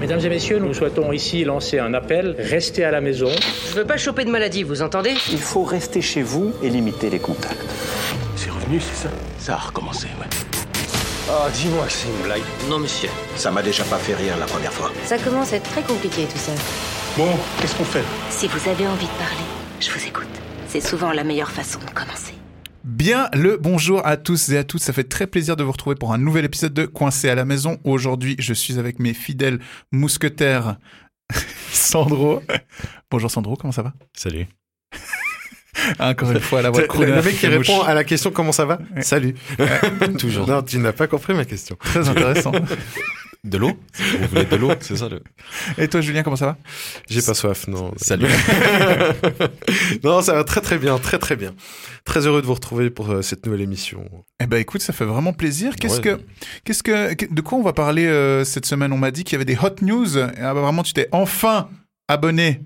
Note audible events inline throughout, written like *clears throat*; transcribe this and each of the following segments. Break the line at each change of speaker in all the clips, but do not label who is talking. Mesdames et messieurs, nous souhaitons ici lancer un appel. Restez à la maison.
Je veux pas choper de maladie, vous entendez
Il faut rester chez vous et limiter les contacts.
C'est revenu, c'est ça Ça a recommencé, ouais.
Ah, oh, dis-moi que c'est une blague.
Non, monsieur.
Ça m'a déjà pas fait rire la première fois.
Ça commence à être très compliqué, tout ça.
Bon, qu'est-ce qu'on fait
Si vous avez envie de parler, je vous écoute. C'est souvent la meilleure façon de commencer.
Bien le bonjour à tous et à toutes, ça fait très plaisir de vous retrouver pour un nouvel épisode de Coincé à la maison. Aujourd'hui, je suis avec mes fidèles mousquetaires *laughs* Sandro. bonjour Sandro, comment ça va
Salut.
Encore une fois, la voix
Le mec qui répond à la question comment ça va
Ouais.
Salut. *laughs*
Toujours.
Non, tu n'as pas compris ma question.
Très intéressant.
De l'eau Vous voulez de l'eau
C'est ça le.
Et toi Julien, comment ça va
J'ai pas soif, non.
Salut.
*laughs* non, ça va très très bien, très très bien. Très heureux de vous retrouver pour euh, cette nouvelle émission.
Eh ben écoute, ça fait vraiment plaisir. Qu'est-ce
Ouais.
que, qu'est-ce que, que- de quoi on va parler euh, cette semaine On m'a dit qu'il y avait des hot news. Et, ah bah, vraiment, tu t'es enfin abonné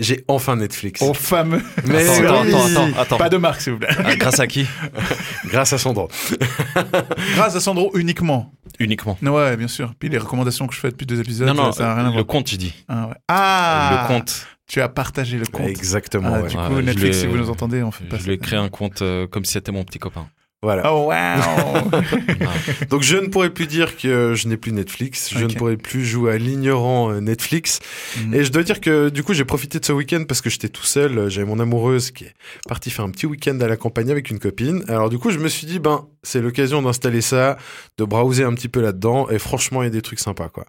J'ai enfin Netflix.
au fameux.
Mais
attends,
oui.
attends, attends, attends.
Pas de marque, s'il vous plaît.
Ah, grâce à qui
Grâce à Sandro.
Grâce à Sandro uniquement.
Uniquement.
Ouais, bien sûr. Puis les recommandations que je fais depuis deux épisodes,
Non, non,
ça n'a rien à
le
voir.
compte, tu dis.
Ah, ouais. Ah
le compte.
Tu as partagé le compte.
Exactement.
Ah,
ouais.
du
ouais.
coup,
Ouais, je
Netflix,
l'ai-
si vous nous entendez, on fait pas
Je
ça.
lui ai créé un compte euh, comme si c'était mon petit copain.
Voilà.
Oh,
*laughs*
wow
Donc je ne pourrais plus dire que euh, je n'ai plus Netflix. Je
Ok.
ne pourrais plus jouer à l'ignorant euh, Netflix. Et je dois dire que du coup, j'ai profité de ce week-end parce que j'étais tout seul. Euh, J'avais mon amoureuse qui est partie faire un petit week-end à la campagne avec une copine. Alors du coup, je me suis dit, ben, c'est l'occasion d'installer ça, de browser un petit peu là-dedans. Et franchement, il y a des trucs sympas, quoi.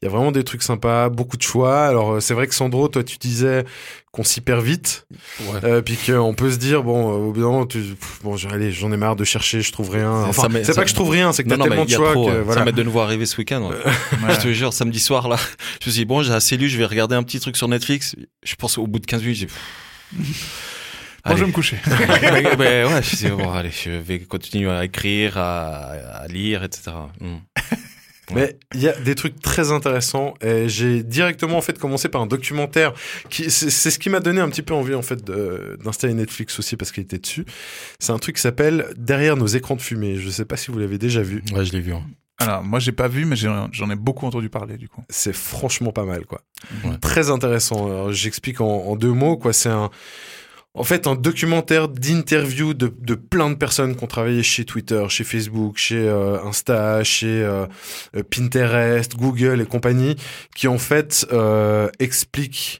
Il y a vraiment des trucs sympas, beaucoup de choix. Alors euh, c'est vrai que Sandro, toi, tu disais qu'on s'y perd vite.
Ouais.
Euh, puis qu'on peut se dire, bon, euh, au bout d'un moment, tu- pff, bon, j'ai- allez, j'en ai marre de chercher, je trouve rien.
Ça
Enfin,
m'est-
c'est
ça
pas que je trouve rien, c'est que t'as
Non, non, mais
tellement
il
de
y a
choix
trop.
que,
euh, Ça
voilà.
m'est de nous voir arriver ce week-end. ouais.
Voilà.
Je te jure, samedi soir, là, je me suis dit, bon, j'ai assez lu, je vais regarder un petit truc sur Netflix. Je pense au bout de 15 minutes, j'ai.
Bon, je vais
Allez.
me coucher.
Mais- mais ouais, je me suis dit, bon, allez, je vais continuer à écrire, à, à lire, etc. Hmm.
Mais il y a des trucs très intéressants. Et j'ai directement en fait commencé par un documentaire qui c'est c'est ce qui m'a donné un petit peu envie en fait de- d'installer Netflix aussi parce qu'il était dessus. C'est un truc qui s'appelle Derrière nos écrans de fumée. Je sais pas si vous l'avez déjà vu.
Ouais, je l'ai vu. hein.
Alors, moi, j'ai pas vu, mais j'ai- j'en ai beaucoup entendu parler, du coup.
C'est franchement pas mal quoi.
Ouais.
Très intéressant. Alors, J'explique en, en deux mots quoi. C'est un en fait, un documentaire d'interview de, de plein de personnes qui ont travaillé chez Twitter, chez Facebook, chez euh, Insta, chez euh, euh, Pinterest, Google et compagnie, qui en fait euh, expliquent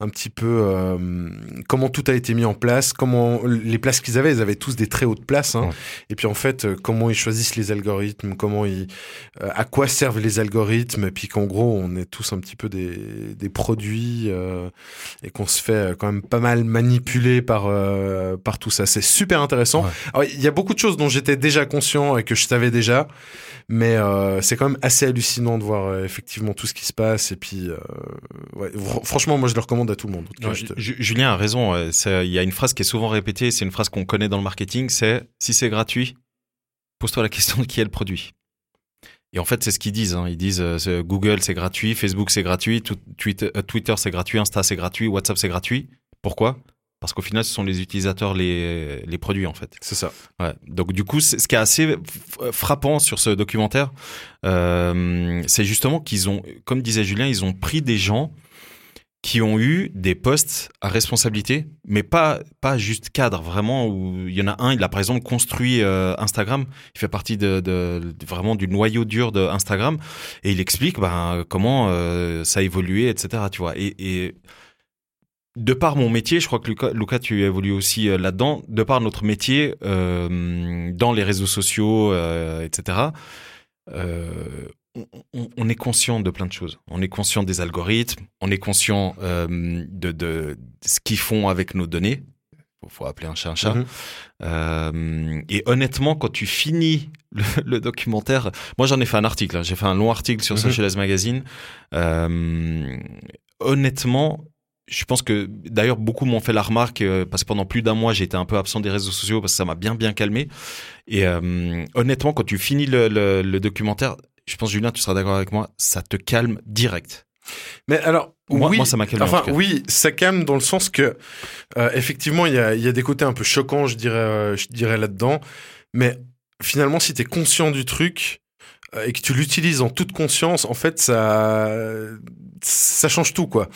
un petit peu euh, comment tout a été mis en place, comment les places qu'ils avaient, ils avaient tous des très hautes places, hein.
Ouais.
et puis en fait euh, comment ils choisissent les algorithmes, comment ils, euh, à quoi servent les algorithmes, et puis qu'en gros on est tous un petit peu des, des produits euh, et qu'on se fait euh, quand même pas mal manipuler par euh, par tout ça. C'est super intéressant.
Ouais.
Alors, Il y a beaucoup de choses dont j'étais déjà conscient et que je savais déjà, mais euh, c'est quand même assez hallucinant de voir euh, effectivement tout ce qui se passe. Et puis, euh, ouais, fr- franchement, moi, je le recommande à tout le monde. En tout cas,
Ouais,
je te-
Ju- Julien a raison. euh, c'est- Il y a une phrase qui est souvent répétée, c'est une phrase qu'on connaît dans le marketing, c'est si c'est gratuit, pose-toi la question de qui est le produit. Et en fait, c'est ce qu'ils disent. hein. Ils disent euh, c'est- Google c'est gratuit, Facebook c'est gratuit, tout- Twitter, euh, Twitter, c'est gratuit, Insta c'est gratuit, WhatsApp c'est gratuit. Pourquoi Parce qu'au final, ce sont les utilisateurs les, les produits en fait.
C'est ça.
Ouais. Donc du coup, c'est- ce qui est assez f- frappant sur ce documentaire, euh, c'est justement qu'ils ont, comme disait Julien, ils ont pris des gens qui ont eu des postes à responsabilité, mais pas pas juste cadre vraiment. Où il y en a un, il a par exemple construit euh, Instagram. Il fait partie de, de- de- vraiment du noyau dur de Instagram et il explique ben, comment euh, ça a évolué, etc. Tu vois. Et, et de par mon métier, je crois que Lucas, Lucas, tu évolues aussi euh, là-dedans, de par notre métier euh, dans les réseaux sociaux, euh, etc., euh, on- on, on est conscient de plein de choses. On est conscient des algorithmes, on est conscient euh, de, de ce qu'ils font avec nos données. Faut, faut appeler un chat un chat.
Mhm.
Euh, et honnêtement, quand tu finis le, *laughs* le documentaire, moi j'en ai fait un article, hein. j'ai fait un long article sur
Mhm.
Socialize Magazine. Euh, honnêtement, je pense que d'ailleurs beaucoup m'ont fait la remarque euh, parce que pendant plus d'un mois j'étais un peu absent des réseaux sociaux parce que ça m'a bien bien calmé. Et euh, honnêtement, quand tu finis le, le- le documentaire, je pense Julien, tu seras d'accord avec moi, ça te calme direct.
Mais alors,
Moi-
oui,
moi, ça m'a calmé, en
Enfin,
tout cas.
oui, ça calme dans le sens que, euh, effectivement, il y a, il y a des côtés un peu choquants, je dirais, euh, je dirais là-dedans. Mais finalement, si t'es conscient du truc, euh, et que tu l'utilises en toute conscience, en fait, ça, ça change tout, quoi.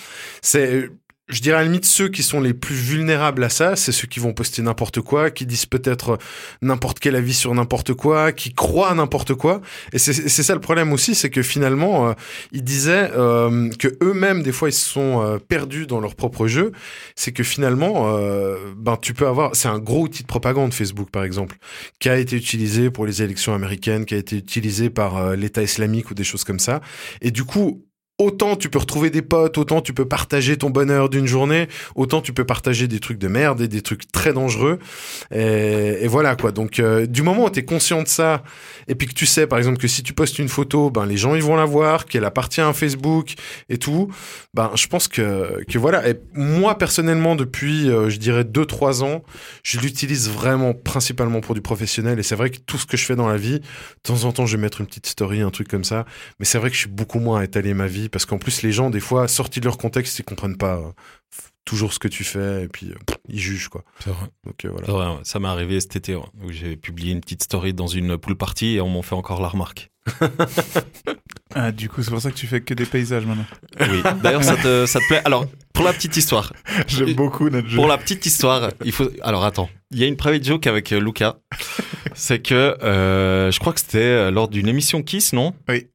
C'est, je dirais à la limite, ceux qui sont les plus vulnérables à ça, c'est ceux qui vont poster n'importe quoi, qui disent peut-être euh, n'importe quel avis sur n'importe quoi, qui croient à n'importe quoi. Et c'est c'est ça le problème aussi, c'est que finalement, euh, ils disaient euh, que eux-mêmes, des fois, ils se sont euh, perdus dans leur propre jeu. C'est que finalement, euh, ben, tu peux avoir. C'est un gros outil de propagande, Facebook, par exemple, qui a été utilisé pour les élections américaines, qui a été utilisé par euh, l'État islamique ou des choses comme ça. Et du coup, autant tu peux retrouver des potes, autant tu peux partager ton bonheur d'une journée, autant tu peux partager des trucs de merde et des trucs très dangereux. Et, et voilà quoi. Donc euh, du moment où tu es conscient de ça et puis que tu sais par exemple que si tu postes une photo, ben les gens ils vont la voir, qu'elle appartient à Facebook et tout, ben je pense que que voilà. Et moi personnellement depuis euh, je dirais 2 3 ans, je l'utilise vraiment principalement pour du professionnel et c'est vrai que tout ce que je fais dans la vie, de temps en temps je vais mettre une petite story, un truc comme ça, mais c'est vrai que je suis beaucoup moins à étaler ma vie parce qu'en plus, les gens, des fois, sortis de leur contexte, ils comprennent pas euh, f- toujours ce que tu fais et puis euh, pff, ils jugent quoi.
C'est vrai.
Donc euh, voilà.
C'est vrai, ouais. Ça m'est arrivé cet été ouais, où j'ai publié une petite story dans une pool party et on m'en fait encore la remarque.
Ah, du coup, c'est pour ça que tu fais que des paysages
*laughs*
maintenant.
Oui. D'ailleurs, ça te, ça te plaît. Alors, pour la petite *laughs* histoire,
J'aime beaucoup notre jeu.
pour la petite histoire, il faut. Alors, attends. Il y a une private joke avec euh, Luca. C'est que euh, je crois que c'était euh, lors d'une émission Kiss, non
Oui.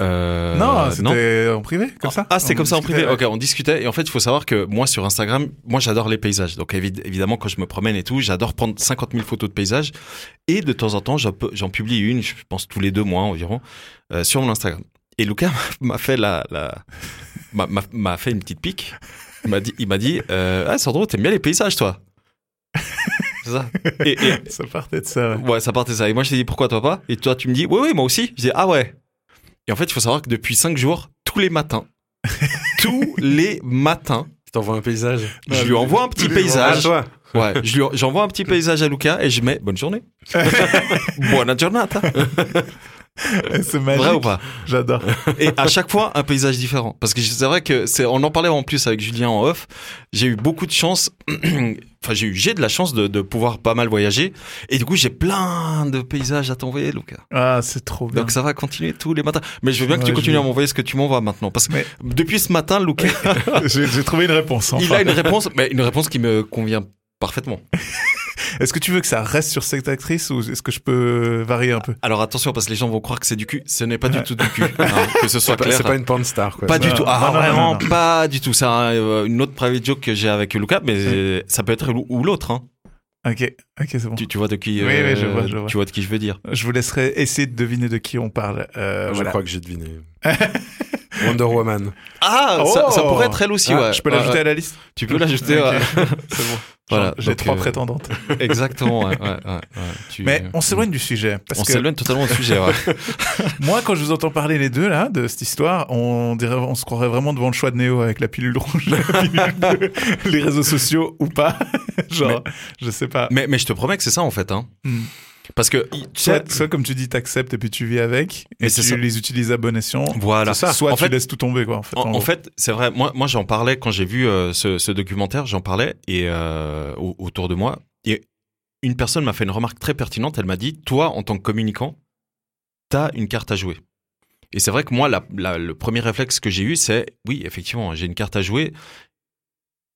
Euh,
non, c'était en privé, comme
Ah,
ça.
Ah, c'était
On
comme ça en
discutait,
privé.
ouais.
Ok, on discutait. Et en fait, il faut savoir que moi, sur Instagram, moi, j'adore les paysages. Donc, évi- évidemment, quand je me promène et tout, j'adore prendre 50 000 photos de paysages. Et de temps en temps, j'en peux- j'en publie une, je pense tous les deux mois environ, euh, sur mon Instagram. Et Lucas *laughs* m'a fait la, la m'a- m'a m'a fait une petite pique. Il m'a dit, il m'a dit, euh, ah Sandro, t'aimes bien les paysages, toi. C'est ça. Et, et-
Ça partait de ça. ouais.
Ouais, ça partait ça. Et moi, je t'ai dit pourquoi toi pas Et toi, tu me dis oui, oui, moi aussi. Je dis ah ouais. Et en fait, il faut savoir que depuis 5 jours, tous
*laughs*
les matins, tous les matins,
Tu t'envoies un paysage.
je lui envoie un petit
Bah, tous les
Ah,
paysage.
toi
Ouais, je lui en- j'envoie un petit paysage à Lucas et je mets
*laughs*
bonne journée. Buona giornata.
C'est
Vrai ou
magique.
pas
J'adore.
Et à chaque fois, un paysage différent. Parce que c'est vrai que c'est, on en parlait en plus avec Julien en off. J'ai eu beaucoup de chance. *clears throat* enfin, j'ai eu, j'ai de la chance de, de pouvoir pas mal voyager. Et du coup, j'ai plein de paysages à t'envoyer, Lucas.
Ah, c'est trop bien.
Donc ça va continuer tous les matins. Mais je veux bien que
Ouais,
tu continues
je-
à m'envoyer ce que tu m'envoies maintenant. Parce que
Mais-
depuis ce matin, Lucas,
*laughs* J'ai j'ai trouvé une réponse. enfin.
il a une réponse, mais une réponse qui me convient parfaitement.
Est-ce que tu veux que ça reste sur cette actrice ou est-ce que je peux varier un peu
Alors attention, parce que les gens vont croire que c'est du cul. Ce n'est pas du tout du cul. hein, que ce soit
Bah,
clair.
C'est pas une porn star quoi.
Pas du
Non,
tout. Ah,
non, non,
vraiment
non,
pas du tout. C'est un, euh, une autre private joke que j'ai avec Lucas, mais euh, ça peut être l'ou- ou l'autre. hein.
Ok, ok, c'est bon.
Tu, tu vois de qui euh,
Oui, oui, je vois, je vois.
Tu vois de qui je veux dire.
Je vous laisserai essayer de deviner de qui on parle. Euh,
Je
voilà.
crois que j'ai *laughs* deviné. Wonder Woman.
Ah, ça, ça
Oh
pourrait être elle aussi.
Ah,
ouais.
Je peux
Ouais,
l'ajouter
ouais.
à la
*laughs*
liste
Tu peux l'ajouter.
Ok.
ouais.
C'est bon.
*laughs* Voilà,
J'ai
donc,
trois
euh,
prétendantes.
Exactement. ouais, ouais, ouais, ouais. Tu-
Mais on s'éloigne du sujet. Parce
on
que
s'éloigne totalement du sujet. ouais.
moi, quand je vous entends parler les deux, là, de cette histoire, on, dirait, on se croirait vraiment devant le choix de Néo avec la pilule rouge,
*laughs*
la pilule bleue, les réseaux sociaux ou pas. *laughs* Genre, je sais pas.
Mais, mais je te promets que c'est ça en fait. Hein.
Hmm.
Parce que tu sais,
Soit, soit, comme tu dis, t'acceptes et puis tu vis avec,
Mais
et
c'est
tu
ça.
les utilises à bon escient.
voilà.
Soit
en
tu
fait,
laisses tout tomber, quoi. En fait,
en, en
gros.
fait, c'est vrai. Moi, moi, j'en parlais quand j'ai vu euh, ce, ce documentaire. J'en parlais et euh, au- autour de moi. Et une personne m'a fait une remarque très pertinente. Elle m'a dit, toi, en tant que communicant, t'as une carte à jouer. Et c'est vrai que moi, la- la- le premier réflexe que j'ai eu, c'est, oui, effectivement, j'ai une carte à jouer.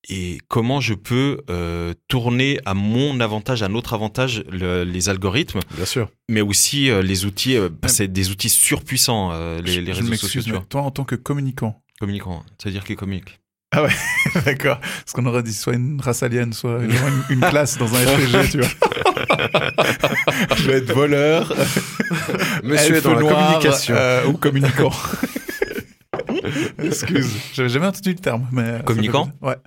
Et comment je peux euh, tourner à mon avantage, à notre avantage, le- les algorithmes
Bien sûr.
mais aussi euh, les outils, euh, bah, c'est des outils surpuissants, euh, les, les
Je- je
réseaux sociaux,
m'excuse,
tu
mais
vois.
toi, en tant que communicant,
Communicants, c'est-à-dire qu'ils communiquent.
D'accord. Parce qu'on aurait dit soit une race alien, soit une, une classe dans un RPG, tu vois. Je vais être voleur,
*laughs* Monsieur est
elfe
dans la
noir,
communication.
euh, ou communicant. *laughs* Excuse, j'avais jamais entendu le terme, mais euh, ça fait
Communicant
plaisir.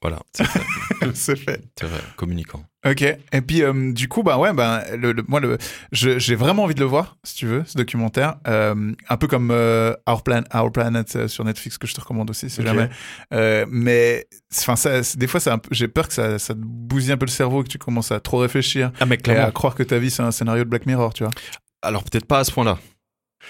Voilà, c'est
*laughs*
vrai,
Ouais, *laughs* c'est fait.
c'est vrai, communicants.
Ok. Et puis euh, du coup, bah ouais, bah, le, le- moi le, je- j'ai vraiment envie de le voir, si tu veux, ce documentaire. Euh, un peu comme euh, Our Plan, Our Planet euh, sur Netflix que je te recommande aussi, si
Ok.
jamais. Euh, mais enfin, ça, c'est- des fois, c'est un peu- j'ai peur que ça, ça te bousille un peu le cerveau, que tu commences à trop réfléchir
Ah mais
et à croire que ta vie c'est un scénario de Black Mirror, tu vois.
Alors peut-être pas à ce point-là.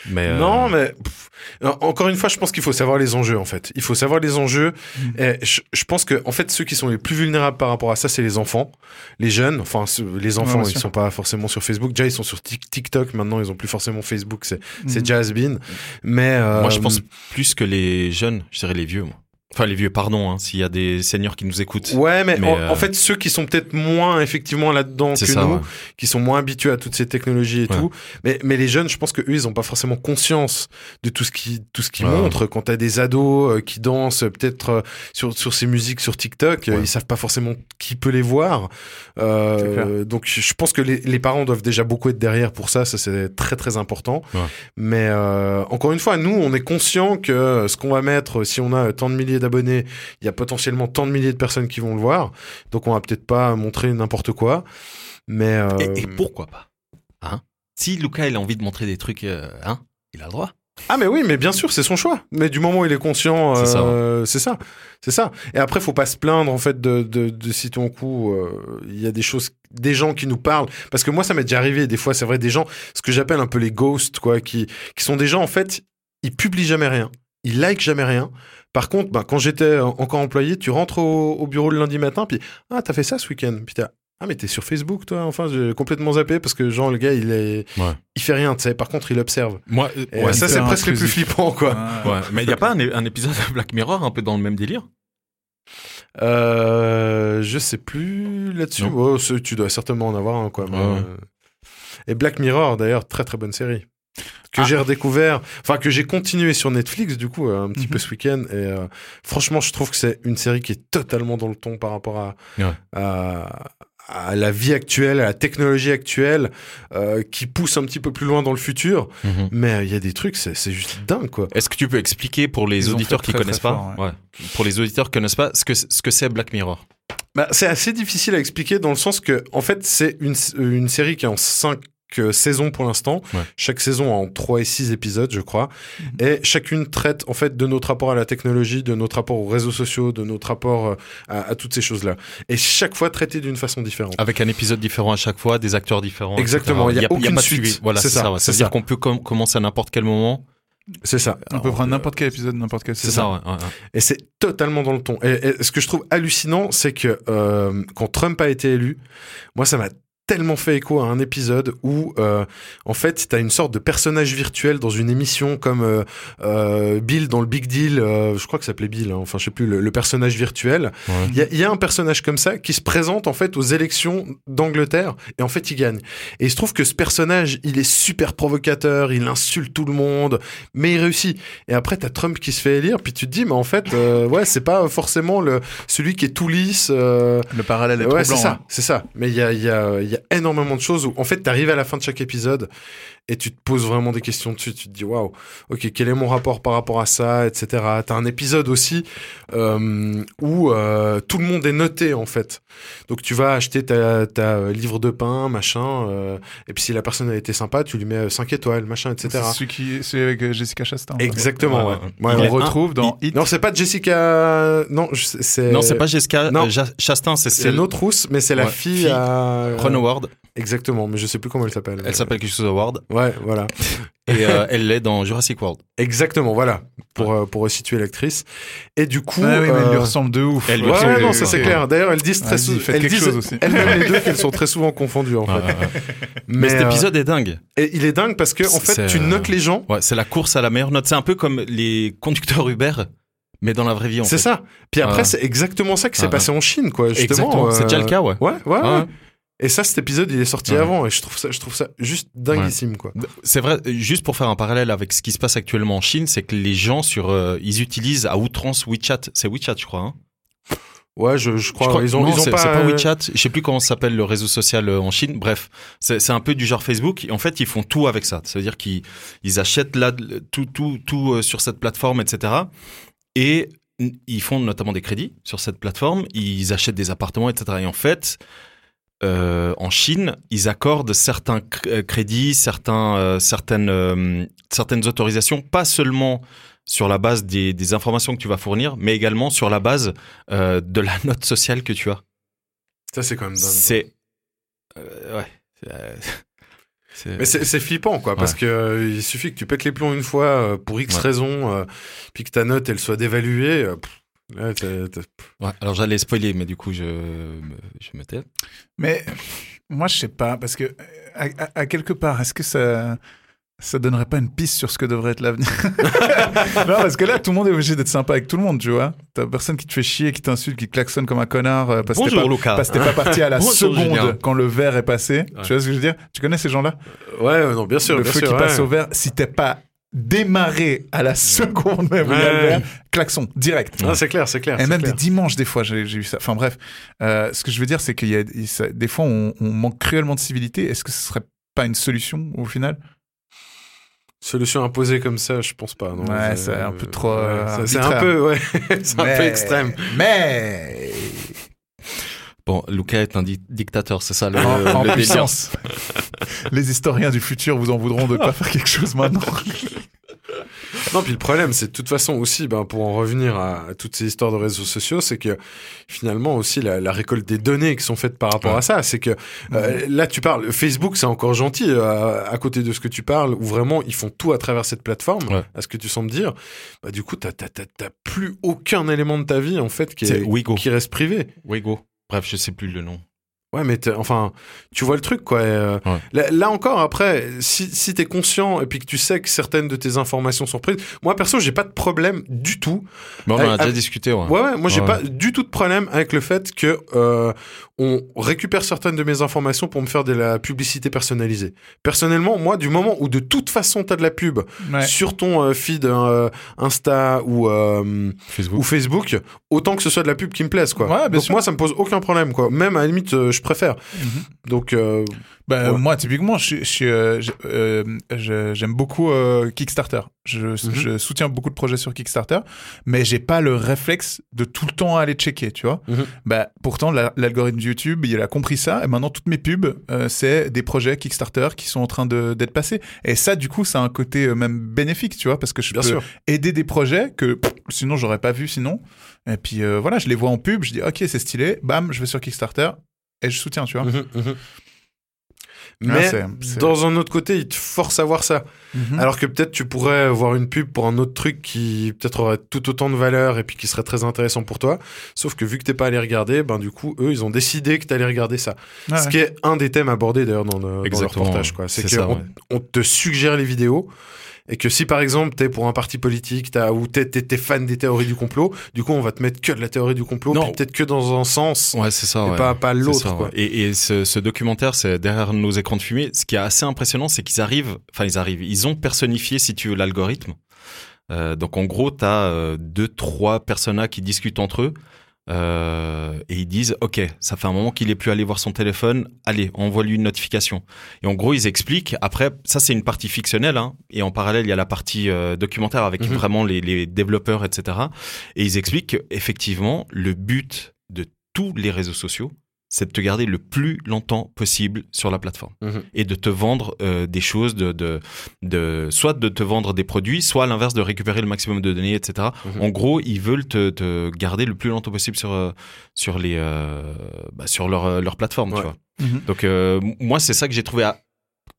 Mais euh,
Non, mais pff, en- encore une fois, je pense qu'il faut savoir les enjeux en fait. Il faut savoir les enjeux.
Mm.
Et je, je pense que en fait, ceux qui sont les plus vulnérables par rapport à ça, c'est les enfants, les jeunes. Enfin, ceux- les enfants,
bien
ils
sûr.
sont pas forcément sur Facebook. Déjà, ils sont sur Tik- TikTok. Maintenant, ils ont plus forcément Facebook. C'est c'est
Mhm.
déjà has been. Mais euh,
Moi, je pense plus que les jeunes, je dirais les vieux, moi. Enfin, les vieux, pardon, hein, s'il y a des seniors qui nous écoutent.
Ouais, mais,
Mais,
en,
euh,
en fait, ceux qui sont peut-être moins effectivement là-dedans que
C'est ça.
nous,
ouais.
qui sont moins habitués à toutes ces technologies et
Ouais.
tout. Mais, mais les jeunes, je pense que eux, ils ont pas forcément conscience de tout ce qui, tout ce qui
Ouais.
montre. Quand t'as des ados euh, qui dansent euh, peut-être euh, sur, sur ces musiques sur TikTok, euh,
Ouais.
ils savent pas forcément qui peut les voir.
C'est
Euh,
clair.
donc, je je pense que les, les parents doivent déjà beaucoup être derrière pour ça. Ça, c'est très, très important.
Ouais.
Mais, euh, encore une fois, nous, on est conscient que ce qu'on va mettre, euh, si on a euh, tant de milliers d'abonnés, il y a potentiellement tant de milliers de personnes qui vont le voir. Donc, on va peut-être pas montrer n'importe quoi. Mais, euh,
Et, et pourquoi pas hein Si Lucas, il a envie de montrer des trucs, euh, hein, il a le droit.
Ah mais oui, mais bien sûr, c'est son choix. Mais du moment où il est conscient,
C'est ça,
euh, c'est ça, c'est ça. Et après, faut pas se plaindre en fait de, de, de si ton coup, euh, il y a des choses, des gens qui nous parlent. Parce que moi, ça m'est déjà arrivé des fois. C'est vrai, des gens, ce que j'appelle un peu les ghosts, quoi, qui qui sont des gens en fait, ils publient jamais rien, ils likent jamais rien. Par contre, ben, quand j'étais euh, encore employé, tu rentres au, au bureau le lundi matin, puis ah t'as fait ça ce week-end, puis t'as ah mais t'es sur Facebook toi, enfin j'ai complètement zappé parce que genre le gars il est,
Ouais.
il fait rien, tu sais. Par contre, il observe.
Moi,
Et
ouais,
euh, ça c'est
hyper
presque le plus
intrusif.
flippant quoi.
Ah,
*laughs* Ouais, mais
*laughs*
il n'y a pas un, é- un épisode de Black Mirror un peu dans le même délire
Euh, je sais plus là-dessus.
Non.
Oh, ce- tu dois certainement en avoir un, quoi. mais,
Ouais, ouais.
euh, Et Black Mirror, d'ailleurs, très très bonne série que
Ah.
j'ai redécouvert, enfin que j'ai continué sur Netflix du coup euh, un petit
Mhm.
peu ce week-end et euh, franchement je trouve que c'est une série qui est totalement dans le ton par rapport à
Ouais.
à, à la vie actuelle, à la technologie actuelle, euh, qui pousse un petit peu plus loin dans le futur, mais euh, il y a des trucs c'est c'est juste dingue quoi.
Est-ce que tu peux expliquer pour les
Ils ont
auditeurs
fait
qui
très,
connaissent
très
pas
fort, ouais.
Ouais. Pour les auditeurs qui connaissent pas, ce que ce que c'est Black Mirror
Bah, c'est assez difficile à expliquer dans le sens que, en fait, c'est une, une série qui est en cinq euh, saisons pour l'instant.
Ouais.
Chaque saison a en trois et six épisodes, je crois. Et chacune traite, en fait, de notre rapport à la technologie, de notre rapport aux réseaux sociaux, de notre rapport euh, à, à toutes ces choses-là. Et chaque fois traité d'une façon différente.
Avec un épisode différent à chaque fois, des acteurs différents.
Exactement,
etc.
il y a aucune
pas de suivi.
suite.
Voilà,
C'est
c'est
ça,
ça. ouais.
c'est
C'est-à-dire
ça.
qu'on peut com- commencer à n'importe quel moment.
Ah, C'est ça.
On peut
Alors,
prendre
euh,
n'importe quel épisode, n'importe quel
C'est ça. ouais, ouais, ouais.
Et c'est totalement dans le ton. Et, et ce que je trouve hallucinant, c'est que euh, quand Trump a été élu, moi, ça m'a tellement fait écho à un épisode où, euh, en fait, t'as une sorte de personnage virtuel dans une émission comme euh, euh, Bill dans le Big Deal, euh, je crois que ça s'appelait Bill, hein, enfin, je sais plus, le, le personnage virtuel.
Ouais.
Il y a- il y, a un personnage comme ça qui se présente, en fait, aux élections d'Angleterre et, en fait, il gagne. Et il se trouve que ce personnage, il est super provocateur, il insulte tout le monde, mais il réussit. Et après, t'as Trump qui se fait élire, puis tu te dis, mais en fait, euh, ouais, c'est pas forcément le celui qui est tout lisse. euh,
Le parallèle est
ouais, c'est
troublant,
ça,
hein.
c'est ça. Mais il y a, il y, a, il y a énormément de choses où, en fait, t'arrives à la fin de chaque épisode et tu te poses vraiment des questions dessus. Tu te dis, waouh, ok, quel est mon rapport par rapport à ça, etc. T'as un épisode aussi euh, où euh, tout le monde est noté, en fait. Donc, tu vas acheter ta, ta euh, livre de pain, machin, euh, et puis si la personne a été sympa, tu lui mets 5 étoiles, machin,
C'est
etc.
celui, qui, celui avec euh, Jessica Chastain.
Exactement, ouais.
Ouais, ouais.
Ouais,
On
ouais.
le retrouve dans Hit.
Non, c'est pas Jessica. Non, je- c'est.
Non, c'est pas Jessica
non.
euh, Ja- Chastain, c'est
C'est
celle
l'autre rousse, mais c'est la
Ouais.
fille
Fille.
à. euh,
Ron Howard.
Exactement, mais je sais plus comment elle s'appelle.
Elle s'appelle quelque chose Howard
Ouais, voilà. *laughs*
et euh, elle l'est dans Jurassic World.
Exactement, voilà. Pour, euh, pour resituer l'actrice. Et du coup.
Ah oui, mais elle lui
euh,
ressemble de ouf.
elle lui
Ouais,
ressemble,
ouais,
elle
non,
lui
ça c'est
ressemble.
clair. D'ailleurs, elles disent très
Vas-y,
souvent.
faites
elles
quelque
disent-
chose aussi.
Elles-mêmes,
*laughs*
les deux, qu'elles sont très souvent confondues, en
Ouais,
fait.
ouais, ouais.
Mais,
Mais cet
euh,
épisode est dingue.
et il est dingue parce que, en fait,
C'est-
tu notes les gens.
Ouais, c'est la course à la meilleure note. C'est un peu comme les conducteurs Uber, mais dans la vraie vie. en
C'est
fait.
ça. Puis après,
Ah.
c'est exactement ça qui s'est
Ah.
passé en Chine, quoi. Justement. euh,
Exactement. C'est déjà le cas, ouais.
Ouais, ouais,
Ah
ouais.
ouais.
Et ça, cet épisode, il est sorti
Ouais.
avant, et je trouve ça, je trouve ça juste dinguissime, quoi.
C'est vrai, euh, juste pour faire un parallèle avec ce qui se passe actuellement en Chine, c'est que les gens sur, euh, ils utilisent à outrance WeChat. C'est WeChat, je crois. Hein
Ouais, je, je crois.
je crois
ils ont,
non,
ils ont
c'est
pas.
c'est
euh,
WeChat. Je sais plus comment ça s'appelle le réseau social euh, en Chine. Bref, c'est c'est un peu du genre Facebook. Et en fait, ils font tout avec ça. Ça veut dire qu'ils ils achètent là le- tout, tout, tout euh, sur cette plateforme, etc. Et n- ils font notamment des crédits sur cette plateforme. Ils achètent des appartements, etc. Et en fait. euh, en Chine, ils accordent certains cr- euh, crédits, certains, euh, certaines, euh, certaines autorisations, pas seulement sur la base des, des informations que tu vas fournir, mais également sur la base euh, de la note sociale que tu as.
Ça, c'est quand même dingue.
C'est. euh, ouais. Euh, C'est-
Mais c'est c'est flippant, quoi, parce que euh, il suffit que tu pètes les plombs une fois euh, pour X
Ouais.
raisons, euh, puis que ta note elle soit dévaluée. euh, pff, là, t'as- t'as-
Ouais, alors j'allais spoiler, mais du coup, je, je me tais.
Mais moi, je sais pas, parce que euh, à, à- à quelque part, est-ce que ça ça donnerait pas une piste sur ce que devrait être l'avenir *laughs* Non, parce que là, tout le monde est obligé d'être sympa avec tout le monde, tu vois. T'as personne qui te fait chier, qui t'insulte, qui klaxonne comme un connard euh, parce que t'es
Bonjour,
pas,
Lucas.
parce que t'es pas parti
*laughs*
à la
Bonjour,
seconde
Julien.
quand le verre est passé. Tu vois ce que je veux dire Tu connais ces gens-là
Ouais, euh, non, bien sûr,
Le
bien
feu
sûr,
qui
ouais.
passe au verre, si t'es pas démarré à la seconde même où il y a le
Ouais.
verre, klaxon, direct.
Ah, c'est clair, c'est clair.
Et
c'est
même
clair.
des dimanches, des fois, j'ai j'ai eu ça. Enfin bref, Euh, ce que je veux dire, c'est qu'il y a il- ça- des fois, on, on manque cruellement de civilité. Est-ce que ce serait pas une solution au final
Solution imposée comme ça, je pense pas. Non,
Ouais,
Euh,
c'est un peu trop,
ouais,
euh,
c'est- c'est
arbitraire.
un peu, ouais, *laughs* c'est un peu
Mais-
extrême.
Mais
Bon, Luca est un di- dictateur, c'est ça le,
en, en
Euh,
le délire.
puissance, les historiens du futur vous en voudront de pas faire quelque chose maintenant.
*laughs* Non, puis le problème, c'est de toute façon aussi, ben, pour en revenir à, à toutes ces histoires de réseaux sociaux, c'est que finalement aussi la, la récolte des données qui sont faites par rapport
Ouais.
à ça, c'est que euh, là tu parles, Facebook c'est encore gentil euh, à côté de ce que tu parles, où vraiment ils font tout à travers cette plateforme,
Ouais.
à ce que tu sembles dire, bah, du coup t'as t'as- t'as- t'as plus aucun élément de ta vie en fait qui, est-
C'est Wigo.
qui reste privé.
Wigo. Bref, je sais plus le nom.
Ouais, mais t'es- enfin, tu vois le truc, quoi. euh,
Ouais.
là, là encore, après, si, si t'es conscient et puis que tu sais que certaines de tes informations sont prises, moi perso, j'ai pas de problème du tout.
Mais on en
Avec-
a déjà
avec-
discuté, ouais.
Ouais, ouais, moi j'ai
Ouais.
pas du tout de problème avec le fait que euh, on récupère certaines de mes informations pour me faire de la publicité personnalisée. Personnellement, moi, du moment où de toute façon t'as de la pub
Ouais.
sur ton euh, feed euh, Insta ou euh,
Facebook.
ou Facebook, autant que ce soit de la pub qui me plaise, quoi.
Ouais, bien
Donc
sûr.
moi, ça me pose aucun problème, quoi. Même à la limite, euh, je préfère.
Mhm.
Donc euh,
Bah,
Ouais.
Moi, typiquement, je, suis- je suis, euh, je- euh, je- j'aime beaucoup euh, Kickstarter. Je,
Mhm.
je soutiens beaucoup de projets sur Kickstarter, mais j'ai pas le réflexe de tout le temps aller checker, tu vois.
Mhm.
Bah, pourtant, la- l'algorithme de YouTube, il a compris ça, et maintenant, toutes mes pubs, euh, c'est des projets Kickstarter qui sont en train de- d'être passés. Et ça, du coup, ça a un côté euh, même bénéfique, tu vois, parce que je
bien
peux
sûr.
aider des projets que pff, sinon, j'aurais pas vu sinon. Et puis, euh, voilà, je les vois en pub, je dis, OK, c'est stylé, bam, je vais sur Kickstarter, et je soutiens, tu vois.
Mhm, mhm.
Ah,
Mais
c'est- c'est-
dans un autre côté, il te force à voir ça.
Mhm.
Alors que peut-être tu pourrais voir une pub pour un autre truc qui peut-être aurait tout autant de valeur et puis qui serait très intéressant pour toi. Sauf que vu que t'es pas allé regarder, ben du coup, eux, ils ont décidé que t'allais regarder ça.
Ouais.
Ce qui est un des thèmes abordés d'ailleurs dans le, dans le
Ah Exactement,
reportage.
ouais.
quoi. C'est
C'est ça,
qu'on
ouais.
on te suggère les vidéos et que si par exemple t'es pour un parti politique as, ou t'es, t'es- t'es fan des théories du complot, du coup on va te mettre que de la théorie du complot,
Non.
puis peut-être que dans un sens
Ouais, c'est ça.
et
ouais.
pas, pas
C'est
l'autre.
ça,
quoi.
ouais. Et, et ce, ce documentaire, c'est derrière nos écrans de fumée. Ce qui est assez impressionnant, c'est qu'ils arrivent, enfin ils arrivent, ils ont personnifié, si tu veux, l'algorithme. Euh, donc en gros, tu as deux, trois personas qui discutent entre eux. euh, et ils disent, ok, ça fait un moment qu'il est plus allé voir son téléphone. Allez, envoie-lui une notification. Et en gros, ils expliquent. Après, ça c'est une partie fictionnelle. hein. et en parallèle, il y a la partie euh, documentaire avec
Mhm.
vraiment les, les développeurs, etc. Et ils expliquent effectivement le but de tous les réseaux sociaux, c'est de te garder le plus longtemps possible sur la plateforme
Mhm.
et de te vendre euh, des choses, de, de, de- soit de te vendre des produits, soit à l'inverse de récupérer le maximum de données, etc.
Mhm.
En gros, ils veulent te, te garder le plus longtemps possible sur, euh, sur, les, euh, bah, sur leur, euh, leur plateforme. tu
Ouais.
vois.
Mhm.
Donc euh, m- moi, c'est ça que j'ai trouvé... à-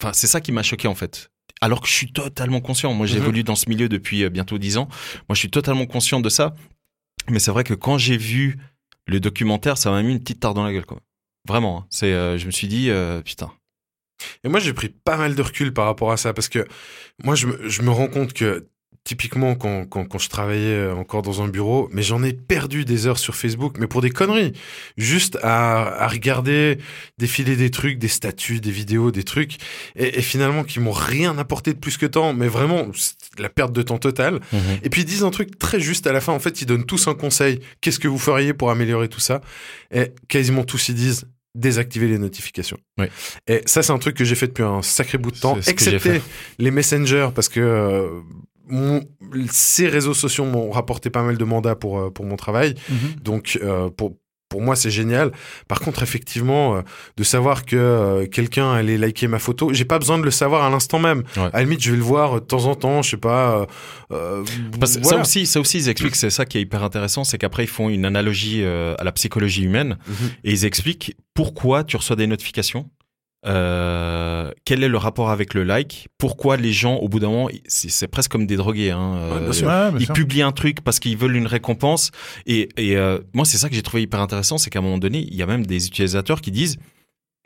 Enfin, c'est ça qui m'a choqué en fait. Alors que je suis totalement conscient. Moi,
Mhm.
j'évolue dans ce milieu depuis euh, bientôt 10 ans. Moi, je suis totalement conscient de ça. Mais c'est vrai que quand j'ai vu le documentaire, ça m'a mis une petite tarte dans la gueule. Quoi. Vraiment. hein. C'est, euh, je me suis dit, euh, putain.
Et moi, j'ai pris pas mal de recul par rapport à ça parce que moi, je me, je me rends compte que typiquement, quand, quand, quand je travaillais euh, encore dans un bureau, mais j'en ai perdu des heures sur Facebook, mais pour des conneries. Juste à, à regarder défiler des trucs, des statuts, des vidéos, des trucs, et, et finalement, qui m'ont rien apporté de plus que temps, mais vraiment, c'est la perte de temps totale. Et puis ils disent un truc très juste à la fin. En fait, ils donnent tous un conseil. Qu'est-ce que vous feriez pour améliorer tout ça Et quasiment tous ils disent désactiver les notifications.
Oui.
Et ça, c'est un truc que j'ai fait depuis un sacré bout de temps,
C'est ce que j'ai
excepté les messengers, parce que euh, mon- ces réseaux sociaux m'ont rapporté pas mal de mandats pour, euh, pour mon travail.
Mhm.
Donc, euh, pour, pour moi, c'est génial. Par contre, effectivement, euh, de savoir que euh, quelqu'un allait liker ma photo, j'ai pas besoin de le savoir à l'instant même.
Ouais.
À la limite, je vais le voir euh, de temps en temps, je sais pas. euh, euh,
Parce que
voilà.
ça, aussi, ça aussi, ils expliquent, c'est ça qui est hyper intéressant, c'est qu'après, ils font une analogie euh, à la psychologie humaine
Mhm.
et ils expliquent pourquoi tu reçois des notifications euh, quel est le rapport avec le like Pourquoi les gens, au bout d'un moment, c'est c'est presque comme des drogués. Hein,
Ouais, bien
euh,
sûr.
Ouais, bien
ils
sûr.
publient un truc parce qu'ils veulent une récompense. Et, et, euh, moi, c'est ça que j'ai trouvé hyper intéressant, c'est qu'à un moment donné, il y a même des utilisateurs qui disent,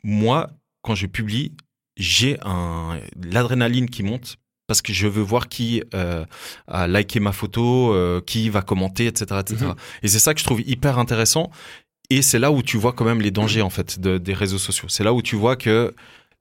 moi, quand je publie, j'ai un l'adrénaline qui monte parce que je veux voir qui euh, a liké ma photo, euh, qui va commenter, etc., etc.
Mhm.
Et c'est ça que je trouve hyper intéressant. Et c'est là où tu vois quand même les dangers en fait de- des réseaux sociaux. C'est là où tu vois que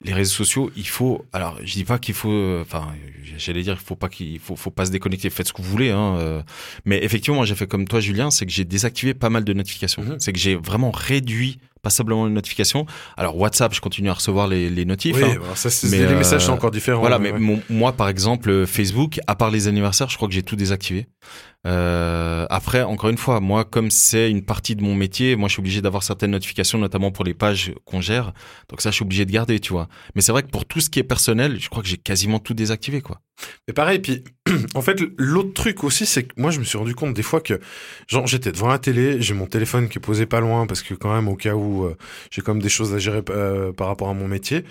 les réseaux sociaux, il faut. Alors, je dis pas qu'il faut. euh, Enfin, j'allais dire, il faut pas qu'il faut, faut pas se déconnecter. Faites ce que vous voulez. Hein, euh, mais effectivement, moi, j'ai fait comme toi, Julien, c'est que j'ai désactivé pas mal de notifications.
Mhm.
C'est que j'ai vraiment réduit passablement les notifications. Alors WhatsApp, je continue à recevoir les, les notifs.
Oui,
hein.
alors ça, c'est-
Mais,
les
euh,
messages sont encore différents.
Voilà, mais
ouais.
mon- moi, par exemple, euh, Facebook, à part les anniversaires, je crois que j'ai tout désactivé. Euh, après, encore une fois, moi, comme c'est une partie de mon métier, moi, je suis obligé d'avoir certaines notifications, notamment pour les pages qu'on gère. Donc ça, je suis obligé de garder, tu vois. Mais c'est vrai que pour tout ce qui est personnel, je crois que j'ai quasiment tout désactivé, quoi.
Mais pareil, puis *clears throat* en fait, l'autre truc aussi, c'est que moi, je me suis rendu compte des fois que, genre, j'étais devant la télé, j'ai mon téléphone qui est posé pas loin, parce que quand même, au cas où, euh, j'ai quand même des choses à gérer euh, par rapport à mon métier.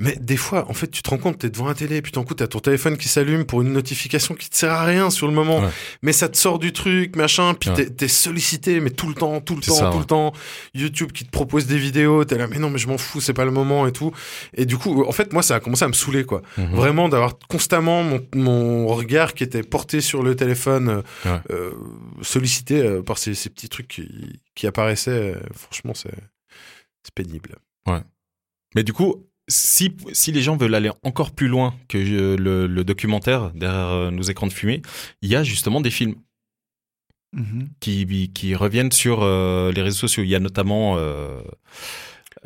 Mais des fois, en fait, tu te rends compte, t'es devant la télé, puis d'un coup, t'as ton téléphone qui s'allume pour une notification qui te sert à rien sur le moment.
Ouais.
Mais ça te sort du truc, machin, puis
Ouais.
t'es- t'es sollicité, mais tout le temps, tout le
C'est
temps,
ça,
tout
ouais.
le temps. YouTube qui te propose des vidéos, t'es là, mais non, mais je m'en fous, c'est pas le moment et tout. Et du coup, en fait, moi, ça a commencé à me saouler, quoi Mmh. vraiment d'avoir constamment mon, mon regard qui était porté sur le téléphone, euh,
Ouais.
euh, sollicité euh, par ces, ces petits trucs qui, qui apparaissaient. euh, franchement, c'est c'est pénible.
Mais du coup, si, si les gens veulent aller encore plus loin que euh, le, le documentaire derrière euh, nos écrans de fumée, il y a justement des films.
Mhm.
qui, qui reviennent sur euh, les réseaux sociaux. Il y a notamment euh,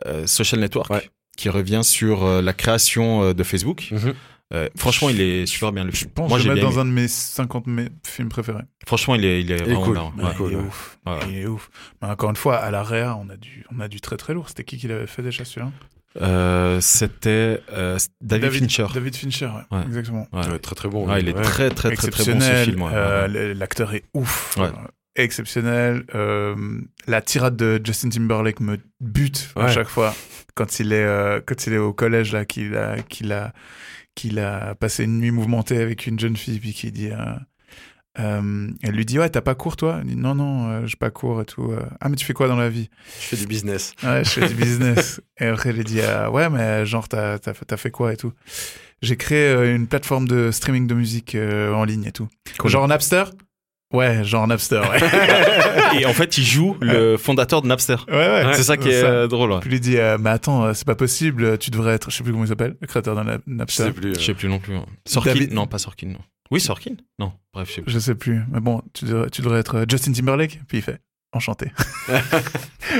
euh, Social Network
Ouais.
qui revient sur euh, la création euh, de Facebook.
Mhm.
Euh, franchement, il est super bien le
Je
film.
pense
Moi,
que je
j'ai
vais
bien
mettre dans
aimé.
un de mes 50 mes films préférés.
Franchement, il est, il est
Et
vraiment
cool.
bien.
Et
Ouais.
cool,
il est
ouais.
ouf.
Ouais.
Il est ouf. Mais encore une fois, à l'arrière, on a du, on a du très très lourd. C'était qui qui l'avait fait déjà celui-là
Euh, C'était euh, David, Fincher.
David Fincher, ouais.
Ouais.
Exactement.
Ouais.
Ouais, très très bon.
Ouais, il est
Ouais.
très très très très bon ce
Exceptionnel.
film. ouais.
euh,
Ouais.
l- L'acteur est ouf.
Ouais.
Euh, Exceptionnel. Euh, la tirade de Justin Timberlake me bute à
Ouais.
chaque fois quand il est euh, quand il est au collège là qu'il a qu'il a qu'il a passé une nuit mouvementée avec une jeune fille puis qui dit. euh, euh, elle lui dit ouais t'as pas cours toi Elle dit, non non euh, j'ai pas cours et tout Euh, ah mais tu fais quoi dans la vie
Je fais du business.
Ouais, je fais du business. Et après, il a dit, ah, ouais, mais genre, t'as, t'as, fait- t'as fait quoi et tout J'ai créé euh, une plateforme de streaming de musique euh, en ligne et tout.
Cool.
Genre Napster Ouais, genre Napster, ouais.
*laughs* Et en fait, il joue le fondateur de Napster.
ouais, ouais.
c'est ça qui est euh, drôle. ouais.
Puis il lui dit, euh, mais attends, euh, c'est pas possible, euh, tu devrais être, je sais plus comment il s'appelle, le créateur d'un Nap-
Je
Napster.
sais plus. euh.
Je sais plus non plus. hein. Sorkin
David-
Non, pas Sorkin. Non. Oui, Sorkin Non,
*laughs*
bref, je sais plus.
Je sais plus. Mais bon, tu devrais, tu devrais être euh, Justin Timberlake Puis il fait,
*laughs*
enchanté.